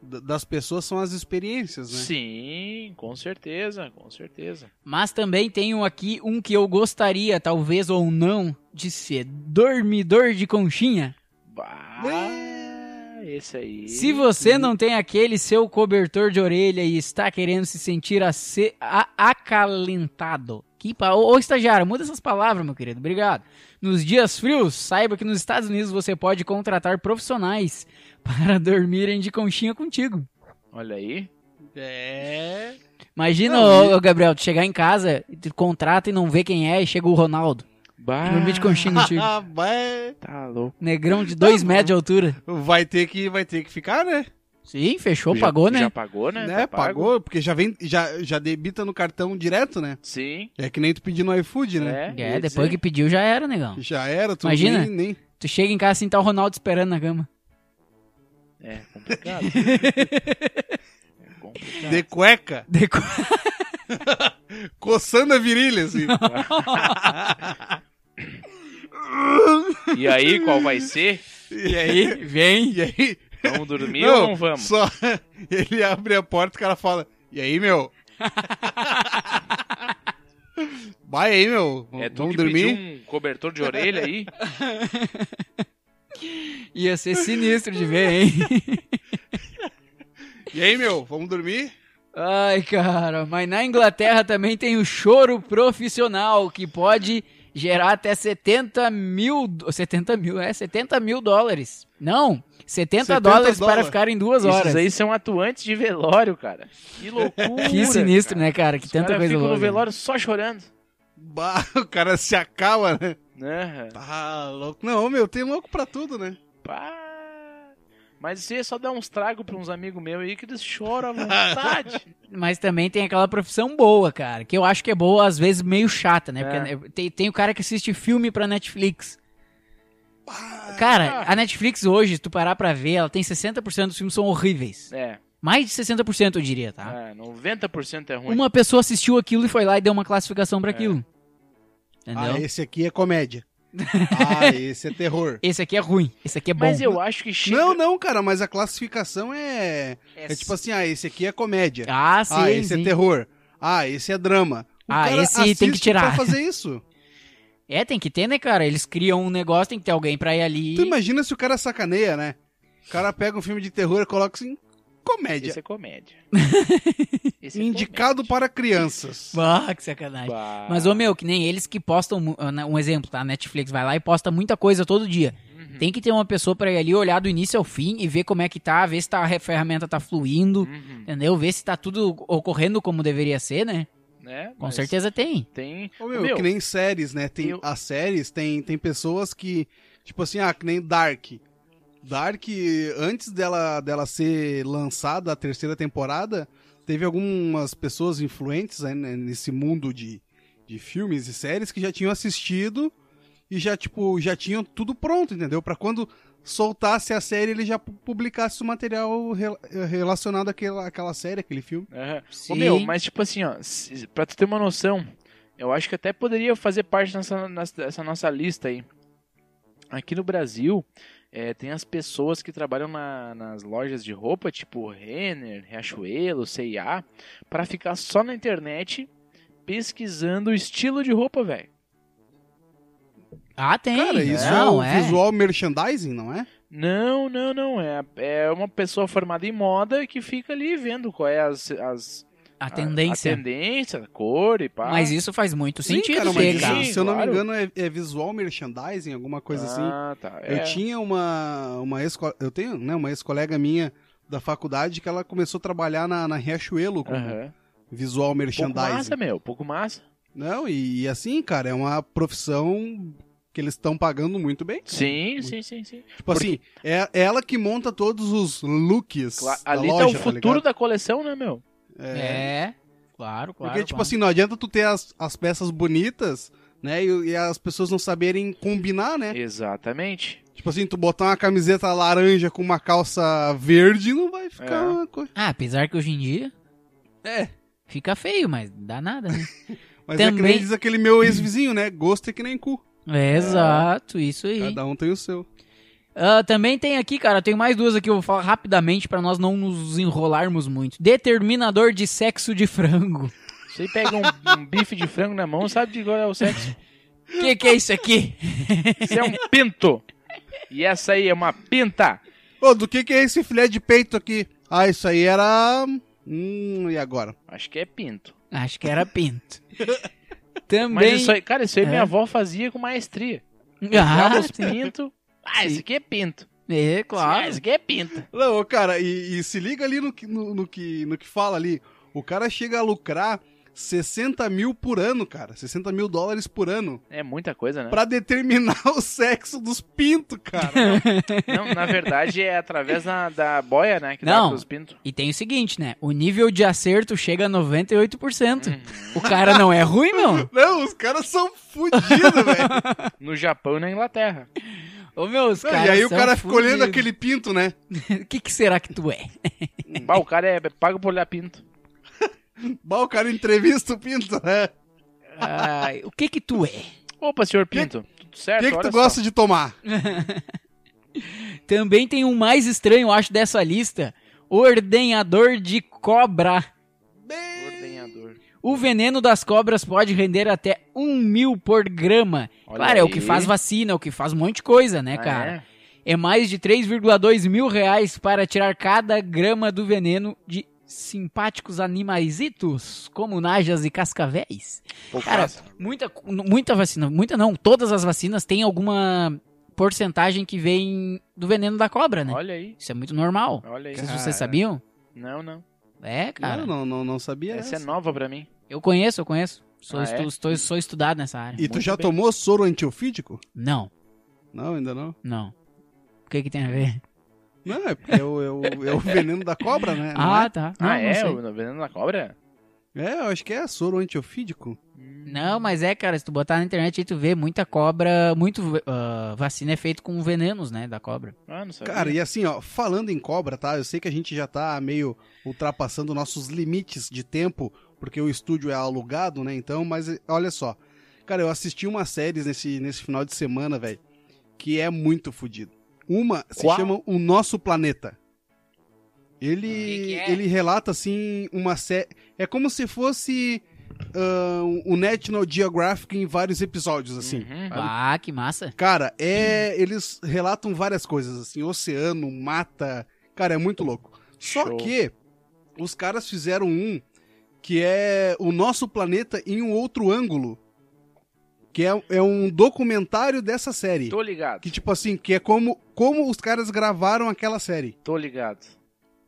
[SPEAKER 3] da- das pessoas são as experiências, né?
[SPEAKER 2] Sim, com certeza, com certeza.
[SPEAKER 1] Mas também tenho aqui um que eu gostaria, talvez ou não, de ser dormidor de conchinha.
[SPEAKER 2] Bah, esse aí.
[SPEAKER 1] Se você não tem aquele seu cobertor de orelha e está querendo se sentir a se- a- acalentado. Que pa... Ô ô, estagiário, muda essas palavras, meu querido. Obrigado. Nos dias frios, saiba que nos Estados Unidos você pode contratar profissionais para dormirem de conchinha contigo.
[SPEAKER 2] Olha aí.
[SPEAKER 3] É.
[SPEAKER 1] Imagina,
[SPEAKER 3] Não,
[SPEAKER 1] ô, ô, Gabriel, tu chegar em casa, tu contrata e não vê quem é e chega o Ronaldo.
[SPEAKER 2] Bah,
[SPEAKER 1] Dormir de conchinha contigo.
[SPEAKER 3] Ah, vai,
[SPEAKER 2] Tá louco.
[SPEAKER 1] Negrão de 2
[SPEAKER 3] Tá bom.
[SPEAKER 1] metros de altura.
[SPEAKER 3] vai ter que vai ter que ficar, né?
[SPEAKER 1] Sim, fechou,
[SPEAKER 2] Já-
[SPEAKER 1] pagou, né?
[SPEAKER 2] Já pagou, né?
[SPEAKER 3] né?
[SPEAKER 2] Tá pago.
[SPEAKER 3] Pagou, porque já vem já já debita no cartão direto, né?
[SPEAKER 2] Sim.
[SPEAKER 3] É que nem tu pedir no iFood, né?
[SPEAKER 2] É,
[SPEAKER 1] É,
[SPEAKER 2] ia
[SPEAKER 1] depois que
[SPEAKER 2] dizer.
[SPEAKER 1] pediu já era, negão.
[SPEAKER 3] Já era, tu
[SPEAKER 1] Imagina.
[SPEAKER 3] nem, nem...
[SPEAKER 1] Tu chega em casa assim, tá o Ronaldo esperando na cama.
[SPEAKER 2] É complicado. é complicado.
[SPEAKER 3] De cueca,
[SPEAKER 1] De co-
[SPEAKER 3] coçando a virilha, assim.
[SPEAKER 2] E aí, qual vai ser?
[SPEAKER 3] e
[SPEAKER 1] aí, vem.
[SPEAKER 3] E aí?
[SPEAKER 2] Vamos dormir
[SPEAKER 3] Não,
[SPEAKER 2] ou não vamos?
[SPEAKER 3] Só ele abre a porta e o cara fala: E aí, meu? Vai aí, meu.
[SPEAKER 2] É tu
[SPEAKER 3] Vamos
[SPEAKER 2] que pediu
[SPEAKER 3] dormir?
[SPEAKER 2] um cobertor de orelha aí?
[SPEAKER 1] Ia ser sinistro de ver, hein?
[SPEAKER 2] um-
[SPEAKER 3] E aí, meu? Vamos dormir?
[SPEAKER 1] Ai, cara, mas na Inglaterra também tem o choro profissional, que pode gerar até 70 mil. do- 70 mil, é? 70 mil dólares. Não, 70,
[SPEAKER 3] 70
[SPEAKER 1] dólares para
[SPEAKER 3] dólar.
[SPEAKER 1] ficar em duas horas.
[SPEAKER 2] Esses aí são atuantes de velório, cara. Que loucura.
[SPEAKER 1] que sinistro, né, cara? Que
[SPEAKER 2] Os
[SPEAKER 1] tanta
[SPEAKER 2] caras
[SPEAKER 1] coisa
[SPEAKER 2] ficam no
[SPEAKER 1] louca.
[SPEAKER 2] velório só chorando.
[SPEAKER 3] Bah, o cara se acaba, né?
[SPEAKER 2] Né?
[SPEAKER 3] Tá louco. Não, meu, tem louco pra tudo, né?
[SPEAKER 2] Pá. Mas isso aí é só dar uns tragos pra uns amigos meus aí que eles choram à vontade.
[SPEAKER 1] Mas também tem aquela profissão boa, cara. Que eu acho que é boa, às vezes, meio chata, né?
[SPEAKER 2] É.
[SPEAKER 1] Porque tem, tem o cara que assiste filme pra Netflix.
[SPEAKER 3] Bah,
[SPEAKER 1] Cara, a Netflix hoje, se tu parar pra ver, ela tem 60% dos filmes são horríveis.
[SPEAKER 2] é,
[SPEAKER 1] Mais de 60%, eu diria, tá?
[SPEAKER 2] é, 90% é ruim.
[SPEAKER 1] Uma pessoa assistiu aquilo e foi lá e deu uma classificação pra aquilo. Entendeu?
[SPEAKER 3] ah, esse aqui é comédia. ah, esse é terror.
[SPEAKER 1] Esse aqui é ruim, esse aqui é bom.
[SPEAKER 2] Mas eu acho que chega...
[SPEAKER 3] Não, não, cara, mas a classificação é. É tipo assim: ah, esse aqui é comédia.
[SPEAKER 1] Ah, sim.
[SPEAKER 3] Ah, esse
[SPEAKER 1] sim.
[SPEAKER 3] é terror. Ah, esse é drama. O
[SPEAKER 1] Ah,
[SPEAKER 3] cara
[SPEAKER 1] esse tem que
[SPEAKER 3] assiste
[SPEAKER 1] tirar.
[SPEAKER 3] Pra fazer isso.
[SPEAKER 1] É, tem que ter, né, cara? Eles criam um negócio, tem que ter alguém pra ir ali.
[SPEAKER 3] Tu imagina se o cara sacaneia, né? O cara pega um filme de terror e coloca assim, comédia.
[SPEAKER 2] Esse é comédia. Esse é
[SPEAKER 3] Indicado para crianças.
[SPEAKER 1] Bah, Ah, que sacanagem.
[SPEAKER 2] comédia.
[SPEAKER 1] Mas, ô meu, que nem eles que postam. mu- ah, na- Um exemplo, tá? A Netflix vai lá e posta muita coisa todo dia.
[SPEAKER 2] Uhum.
[SPEAKER 1] Tem que ter uma pessoa pra ir ali olhar do início ao fim e ver como é que tá, ver se tá, a ferramenta tá fluindo,
[SPEAKER 2] Uhum.
[SPEAKER 1] entendeu? Ver se tá tudo ocorrendo como deveria ser, né?
[SPEAKER 2] Né?
[SPEAKER 1] Com
[SPEAKER 2] Mas
[SPEAKER 1] certeza tem.
[SPEAKER 2] Tem...
[SPEAKER 3] Ô, meu, que nem séries, né? Tem,
[SPEAKER 2] eu-
[SPEAKER 3] As séries tem, tem pessoas que, tipo assim, ah, que nem Dark. Dark, antes dela, dela ser lançada a terceira temporada, teve algumas pessoas influentes né, né, nesse mundo de, de filmes e séries que já tinham assistido e já, tipo, já tinham tudo pronto, entendeu? Pra quando soltasse a série, ele já pu- publicasse o material rel- relacionado àquela, àquela série, aquele filme.
[SPEAKER 2] Aham. Ô,
[SPEAKER 1] Sim.
[SPEAKER 2] meu, mas tipo assim, ó, se- pra tu ter uma noção, eu acho que até poderia fazer parte dessa, nas- dessa nossa lista aí. Aqui no Brasil, eh, tem as pessoas que trabalham na- nas lojas de roupa, tipo Renner, Riachuelo, C&A, pra ficar só na internet pesquisando o estilo de roupa, velho.
[SPEAKER 1] Ah, tem.
[SPEAKER 3] Cara, isso
[SPEAKER 1] não,
[SPEAKER 3] é o visual merchandising, não é?
[SPEAKER 2] Não, não, não. É, é uma pessoa formada em moda que fica ali vendo qual é as, as-
[SPEAKER 1] A tendência.
[SPEAKER 2] a, a tendência, a cor e pá.
[SPEAKER 1] Mas isso faz muito
[SPEAKER 3] Sim,
[SPEAKER 1] sentido,
[SPEAKER 3] cara,
[SPEAKER 1] ter,
[SPEAKER 3] mas
[SPEAKER 2] sim,
[SPEAKER 1] cara.
[SPEAKER 3] isso, se eu não me
[SPEAKER 2] claro.
[SPEAKER 3] engano, é, é visual merchandising, alguma coisa assim.
[SPEAKER 2] Ah, tá.
[SPEAKER 3] Eu
[SPEAKER 2] É.
[SPEAKER 3] tinha uma, uma ex eu tenho, né, uma ex-colega minha da faculdade que ela começou a trabalhar na, na Riachuelo com
[SPEAKER 2] Aham.
[SPEAKER 3] visual
[SPEAKER 2] Pouco
[SPEAKER 3] merchandising.
[SPEAKER 2] massa, meu. Pouco massa.
[SPEAKER 3] Não, e, e assim, cara, é uma profissão que eles estão pagando muito bem.
[SPEAKER 2] Sim, sim, sim, sim.
[SPEAKER 3] Tipo
[SPEAKER 2] Porque-
[SPEAKER 3] assim, é ela que monta todos os looks
[SPEAKER 2] Cla-
[SPEAKER 3] da
[SPEAKER 2] ali
[SPEAKER 3] loja,
[SPEAKER 2] tá o futuro
[SPEAKER 3] ligado?
[SPEAKER 2] da coleção, né, meu?
[SPEAKER 3] É.
[SPEAKER 1] É. claro, claro.
[SPEAKER 3] Porque, tipo
[SPEAKER 1] claro.
[SPEAKER 3] assim, não adianta tu ter as, as peças bonitas, né, e, e as pessoas não saberem combinar, né?
[SPEAKER 2] Exatamente.
[SPEAKER 3] Tipo assim, tu botar uma camiseta laranja com uma calça verde não vai ficar
[SPEAKER 2] É.
[SPEAKER 3] uma coisa.
[SPEAKER 1] Ah, apesar que hoje em dia
[SPEAKER 3] É.
[SPEAKER 1] fica feio, mas dá nada, né?
[SPEAKER 3] Mas é que
[SPEAKER 1] Também-
[SPEAKER 3] nem diz aquele meu ex-vizinho, né? Gosto é que nem cu.
[SPEAKER 1] É, Exato, isso aí.
[SPEAKER 3] Cada um tem o seu.
[SPEAKER 1] Ah, também tem aqui, cara, tem mais duas aqui, eu vou falar rapidamente pra nós não nos enrolarmos muito. Determinador de sexo de frango.
[SPEAKER 2] Você pega um, um bife de frango na mão, sabe de qual é o sexo?
[SPEAKER 1] Que que é isso aqui?
[SPEAKER 2] Isso é um pinto. E essa aí é uma pinta.
[SPEAKER 3] Ô, do que que é esse filé de peito aqui? Ah, isso aí era... Hum, e agora?
[SPEAKER 2] Acho que é pinto.
[SPEAKER 1] Acho que era pinto.
[SPEAKER 2] Mas
[SPEAKER 1] Também.
[SPEAKER 2] isso aí, cara, isso aí
[SPEAKER 1] É.
[SPEAKER 2] minha avó fazia com maestria. Pegava
[SPEAKER 1] Ah,
[SPEAKER 2] os pinto. Ah, esse
[SPEAKER 1] Sim.
[SPEAKER 2] aqui é pinto.
[SPEAKER 1] é,
[SPEAKER 2] Ah,
[SPEAKER 1] claro.
[SPEAKER 2] esse aqui é pinta.
[SPEAKER 3] Não, ô, cara, e, e se liga ali no que, no, no que, no que fala ali. O cara chega a lucrar 60 mil por ano, cara. 60 mil dólares por ano.
[SPEAKER 2] É muita coisa, né?
[SPEAKER 3] Pra determinar o sexo dos pintos, cara.
[SPEAKER 2] Não, na verdade é através da, da boia, né? Que
[SPEAKER 1] Não.
[SPEAKER 2] dá pros pintos.
[SPEAKER 1] E tem o seguinte, né? O nível de acerto chega a 98%.
[SPEAKER 2] Uhum.
[SPEAKER 1] O cara não é ruim, meu?
[SPEAKER 3] Não, os caras são fodidos, velho.
[SPEAKER 2] No Japão e na Inglaterra.
[SPEAKER 1] Ô, meus
[SPEAKER 3] Não,
[SPEAKER 1] caras
[SPEAKER 3] e aí o
[SPEAKER 1] são
[SPEAKER 3] cara ficou
[SPEAKER 1] fudidos.
[SPEAKER 3] olhando aquele pinto, né?
[SPEAKER 1] O que, que será que tu é?
[SPEAKER 2] Bah, o cara é pago por olhar pinto.
[SPEAKER 3] Bah, o cara entrevista o pinto, né?
[SPEAKER 1] Ai, o que que tu é?
[SPEAKER 2] Opa, senhor Pinto, tudo
[SPEAKER 3] O
[SPEAKER 2] certo?
[SPEAKER 3] que, que
[SPEAKER 2] É, Olha
[SPEAKER 3] tu gosta de tomar?
[SPEAKER 1] Também tem um mais estranho, eu acho, dessa lista. Ordenhador de cobra.
[SPEAKER 2] só. Ordenhador.
[SPEAKER 1] O veneno das cobras pode render até um mil por grama.
[SPEAKER 2] Olha
[SPEAKER 1] claro, é o que
[SPEAKER 2] aí.
[SPEAKER 1] faz vacina, é o que faz um monte de coisa, né,
[SPEAKER 2] Ah,
[SPEAKER 1] cara?
[SPEAKER 2] é?
[SPEAKER 1] É, mais de 3,2 mil reais para tirar cada grama do veneno de simpáticos animaizitos, como najas e cascavéis.
[SPEAKER 2] Pô,
[SPEAKER 1] Cara,
[SPEAKER 2] fácil.
[SPEAKER 1] Muita, muita vacina, muita não, todas as vacinas têm alguma porcentagem que vem do veneno da cobra, né?
[SPEAKER 2] olha aí.
[SPEAKER 1] Isso é muito normal.
[SPEAKER 2] Olha
[SPEAKER 1] Não
[SPEAKER 2] aí.
[SPEAKER 1] sei se
[SPEAKER 3] Cara.
[SPEAKER 1] vocês sabiam.
[SPEAKER 2] Não, não.
[SPEAKER 1] É, cara.
[SPEAKER 3] Não, não, não, não sabia.
[SPEAKER 2] Essa é
[SPEAKER 3] essa.
[SPEAKER 2] nova pra mim.
[SPEAKER 1] Eu conheço, eu conheço. Sou,
[SPEAKER 2] Ah,
[SPEAKER 1] estu-
[SPEAKER 2] é?
[SPEAKER 1] estou- sou estudado nessa área.
[SPEAKER 3] E tu
[SPEAKER 2] Muito
[SPEAKER 3] já
[SPEAKER 2] bem.
[SPEAKER 3] tomou soro antiofídico?
[SPEAKER 1] Não,
[SPEAKER 3] Não, ainda não.
[SPEAKER 1] não. O que que tem a ver?
[SPEAKER 3] Não, é porque é o, é o- é o veneno da cobra, né? Não
[SPEAKER 1] ah, tá. Não,
[SPEAKER 2] ah,
[SPEAKER 1] não
[SPEAKER 2] é?
[SPEAKER 1] sei.
[SPEAKER 2] O Veneno da Cobra?
[SPEAKER 3] é? é, eu acho que é soro antiofídico.
[SPEAKER 1] Não, mas é, cara, se tu botar na internet aí tu vê muita cobra, muito ah, vacina é feito com venenos, né, da cobra.
[SPEAKER 2] Ah, não sabia.
[SPEAKER 3] Cara, e assim, ó, falando em cobra, tá? Eu sei que a gente já tá meio ultrapassando nossos limites de tempo, porque o estúdio é alugado, né? Então, mas eh, olha só. Cara, eu assisti umas séries nesse, nesse final de semana, velho, que é muito fodido. Uma se
[SPEAKER 2] Qual?
[SPEAKER 3] chama O Nosso Planeta. Ele,
[SPEAKER 1] Que que é?
[SPEAKER 3] ele relata, assim, uma série. É como se fosse ah, o National Geographic em vários episódios, assim.
[SPEAKER 2] Uhum.
[SPEAKER 1] Ah, que massa.
[SPEAKER 3] Cara, é. Eles relatam várias coisas, assim, oceano, mata. Cara, é muito louco. Só
[SPEAKER 2] Show.
[SPEAKER 3] que os caras fizeram um que é o nosso planeta em um outro ângulo. Que é, é um documentário dessa série.
[SPEAKER 2] Tô ligado.
[SPEAKER 3] Que, tipo assim, que é como, como os caras gravaram aquela série.
[SPEAKER 2] Tô ligado.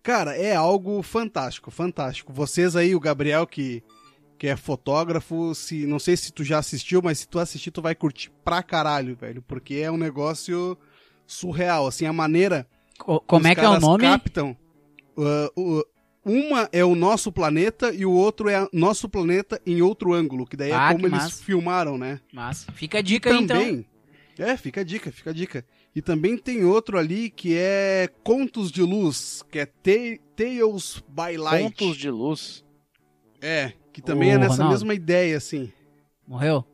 [SPEAKER 3] Cara, é algo fantástico, fantástico. Vocês aí, o Gabriel, que, que é fotógrafo, se não sei se tu já assistiu, mas se tu assistir, tu vai curtir pra caralho, velho. Porque é um negócio surreal, assim, a maneira
[SPEAKER 1] Co- como
[SPEAKER 3] os
[SPEAKER 1] é que é o
[SPEAKER 3] caras
[SPEAKER 1] nome?
[SPEAKER 3] captam. uh, uh, uma é o nosso planeta e o outro é a- nosso planeta em outro ângulo, que daí
[SPEAKER 1] Ah,
[SPEAKER 3] é como
[SPEAKER 1] que
[SPEAKER 3] eles
[SPEAKER 1] massa.
[SPEAKER 3] filmaram, né?
[SPEAKER 1] Massa. Fica a dica aí, então.
[SPEAKER 3] também. É, fica a dica, fica a dica. E também tem outro ali que é Contos de Luz, que é Ta- Tales by Light.
[SPEAKER 2] Pontos de luz.
[SPEAKER 3] É, que também
[SPEAKER 1] Ô,
[SPEAKER 3] é nessa
[SPEAKER 1] Ronaldo.
[SPEAKER 3] mesma ideia, assim.
[SPEAKER 1] Morreu.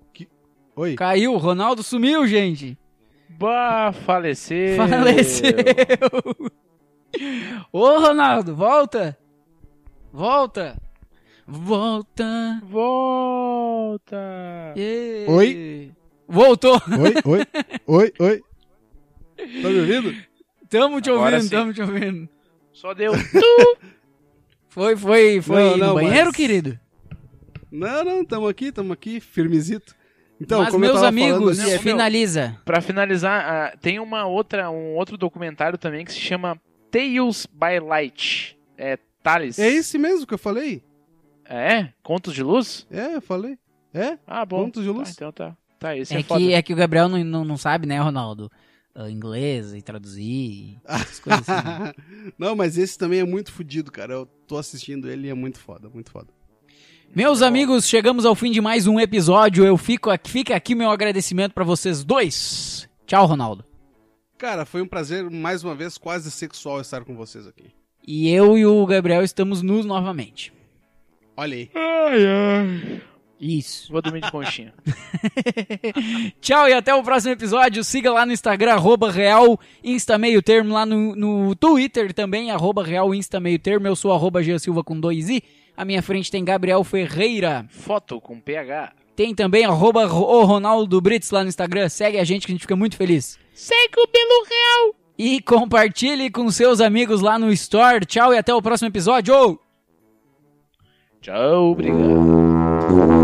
[SPEAKER 3] Oi.
[SPEAKER 1] Caiu, Ronaldo sumiu, gente.
[SPEAKER 2] Bah, faleceu.
[SPEAKER 1] Faleceu. Ô, Ronaldo, volta. Volta. Volta.
[SPEAKER 2] Volta.
[SPEAKER 1] Ê.
[SPEAKER 3] Oi?
[SPEAKER 1] Voltou.
[SPEAKER 3] Oi, oi, oi, oi. Tá me ouvindo?
[SPEAKER 1] Tamo te
[SPEAKER 2] Agora
[SPEAKER 1] ouvindo,
[SPEAKER 2] sim.
[SPEAKER 1] tamo te ouvindo.
[SPEAKER 2] Só deu. tu.
[SPEAKER 1] Foi, foi, foi
[SPEAKER 3] Não,
[SPEAKER 1] no
[SPEAKER 3] não,
[SPEAKER 1] banheiro,
[SPEAKER 3] mas-
[SPEAKER 1] querido?
[SPEAKER 3] Não, não, tamo aqui, tamo aqui, firmezito. Então,
[SPEAKER 1] Mas,
[SPEAKER 3] como eu
[SPEAKER 1] meus
[SPEAKER 3] tava
[SPEAKER 1] amigos,
[SPEAKER 3] falando, assim, é-
[SPEAKER 1] finaliza.
[SPEAKER 2] pra finalizar, ah, tem uma outra, um outro documentário também que se chama Tales by Light. É Thales.
[SPEAKER 3] é esse mesmo que eu falei?
[SPEAKER 2] É? Contos de luz?
[SPEAKER 3] É, eu falei. É?
[SPEAKER 2] Ah, bom.
[SPEAKER 3] Contos de luz.
[SPEAKER 2] Tá, então tá. Tá, esse é,
[SPEAKER 1] É,
[SPEAKER 2] foda.
[SPEAKER 1] que, é que o Gabriel não, não, não sabe, né, Ronaldo? Ah, inglês e traduzir, essas coisas assim. né?
[SPEAKER 3] não, mas esse também é muito fodido, cara. Eu tô assistindo ele e é muito foda, muito foda.
[SPEAKER 1] Meus amigos, chegamos ao fim de mais um episódio. Eu fico aqui, fica aqui meu agradecimento pra vocês dois. Tchau, Ronaldo.
[SPEAKER 3] Cara, foi um prazer, mais uma vez, quase sexual estar com vocês aqui.
[SPEAKER 1] E eu e o Gabriel estamos nus novamente.
[SPEAKER 3] Olha aí.
[SPEAKER 2] Ai, ai.
[SPEAKER 1] Isso.
[SPEAKER 2] Vou dormir de conchinha.
[SPEAKER 1] Tchau e até o próximo episódio. Siga lá no Instagram, arroba real, Insta Meio Termo, lá no, no Twitter também, arroba real, Insta Meio Termo. Eu sou arroba Jean Silva com dois i. À minha frente tem Gabriel Ferreira.
[SPEAKER 2] Foto com PH.
[SPEAKER 1] Tem também arroba Ro- o Ronaldo Brits lá no Instagram. Segue a gente que a gente fica muito feliz.
[SPEAKER 2] Segue o Belo Real.
[SPEAKER 1] E compartilhe com seus amigos lá no Store. Tchau e até o próximo episódio. Ou-
[SPEAKER 2] Tchau, obrigado.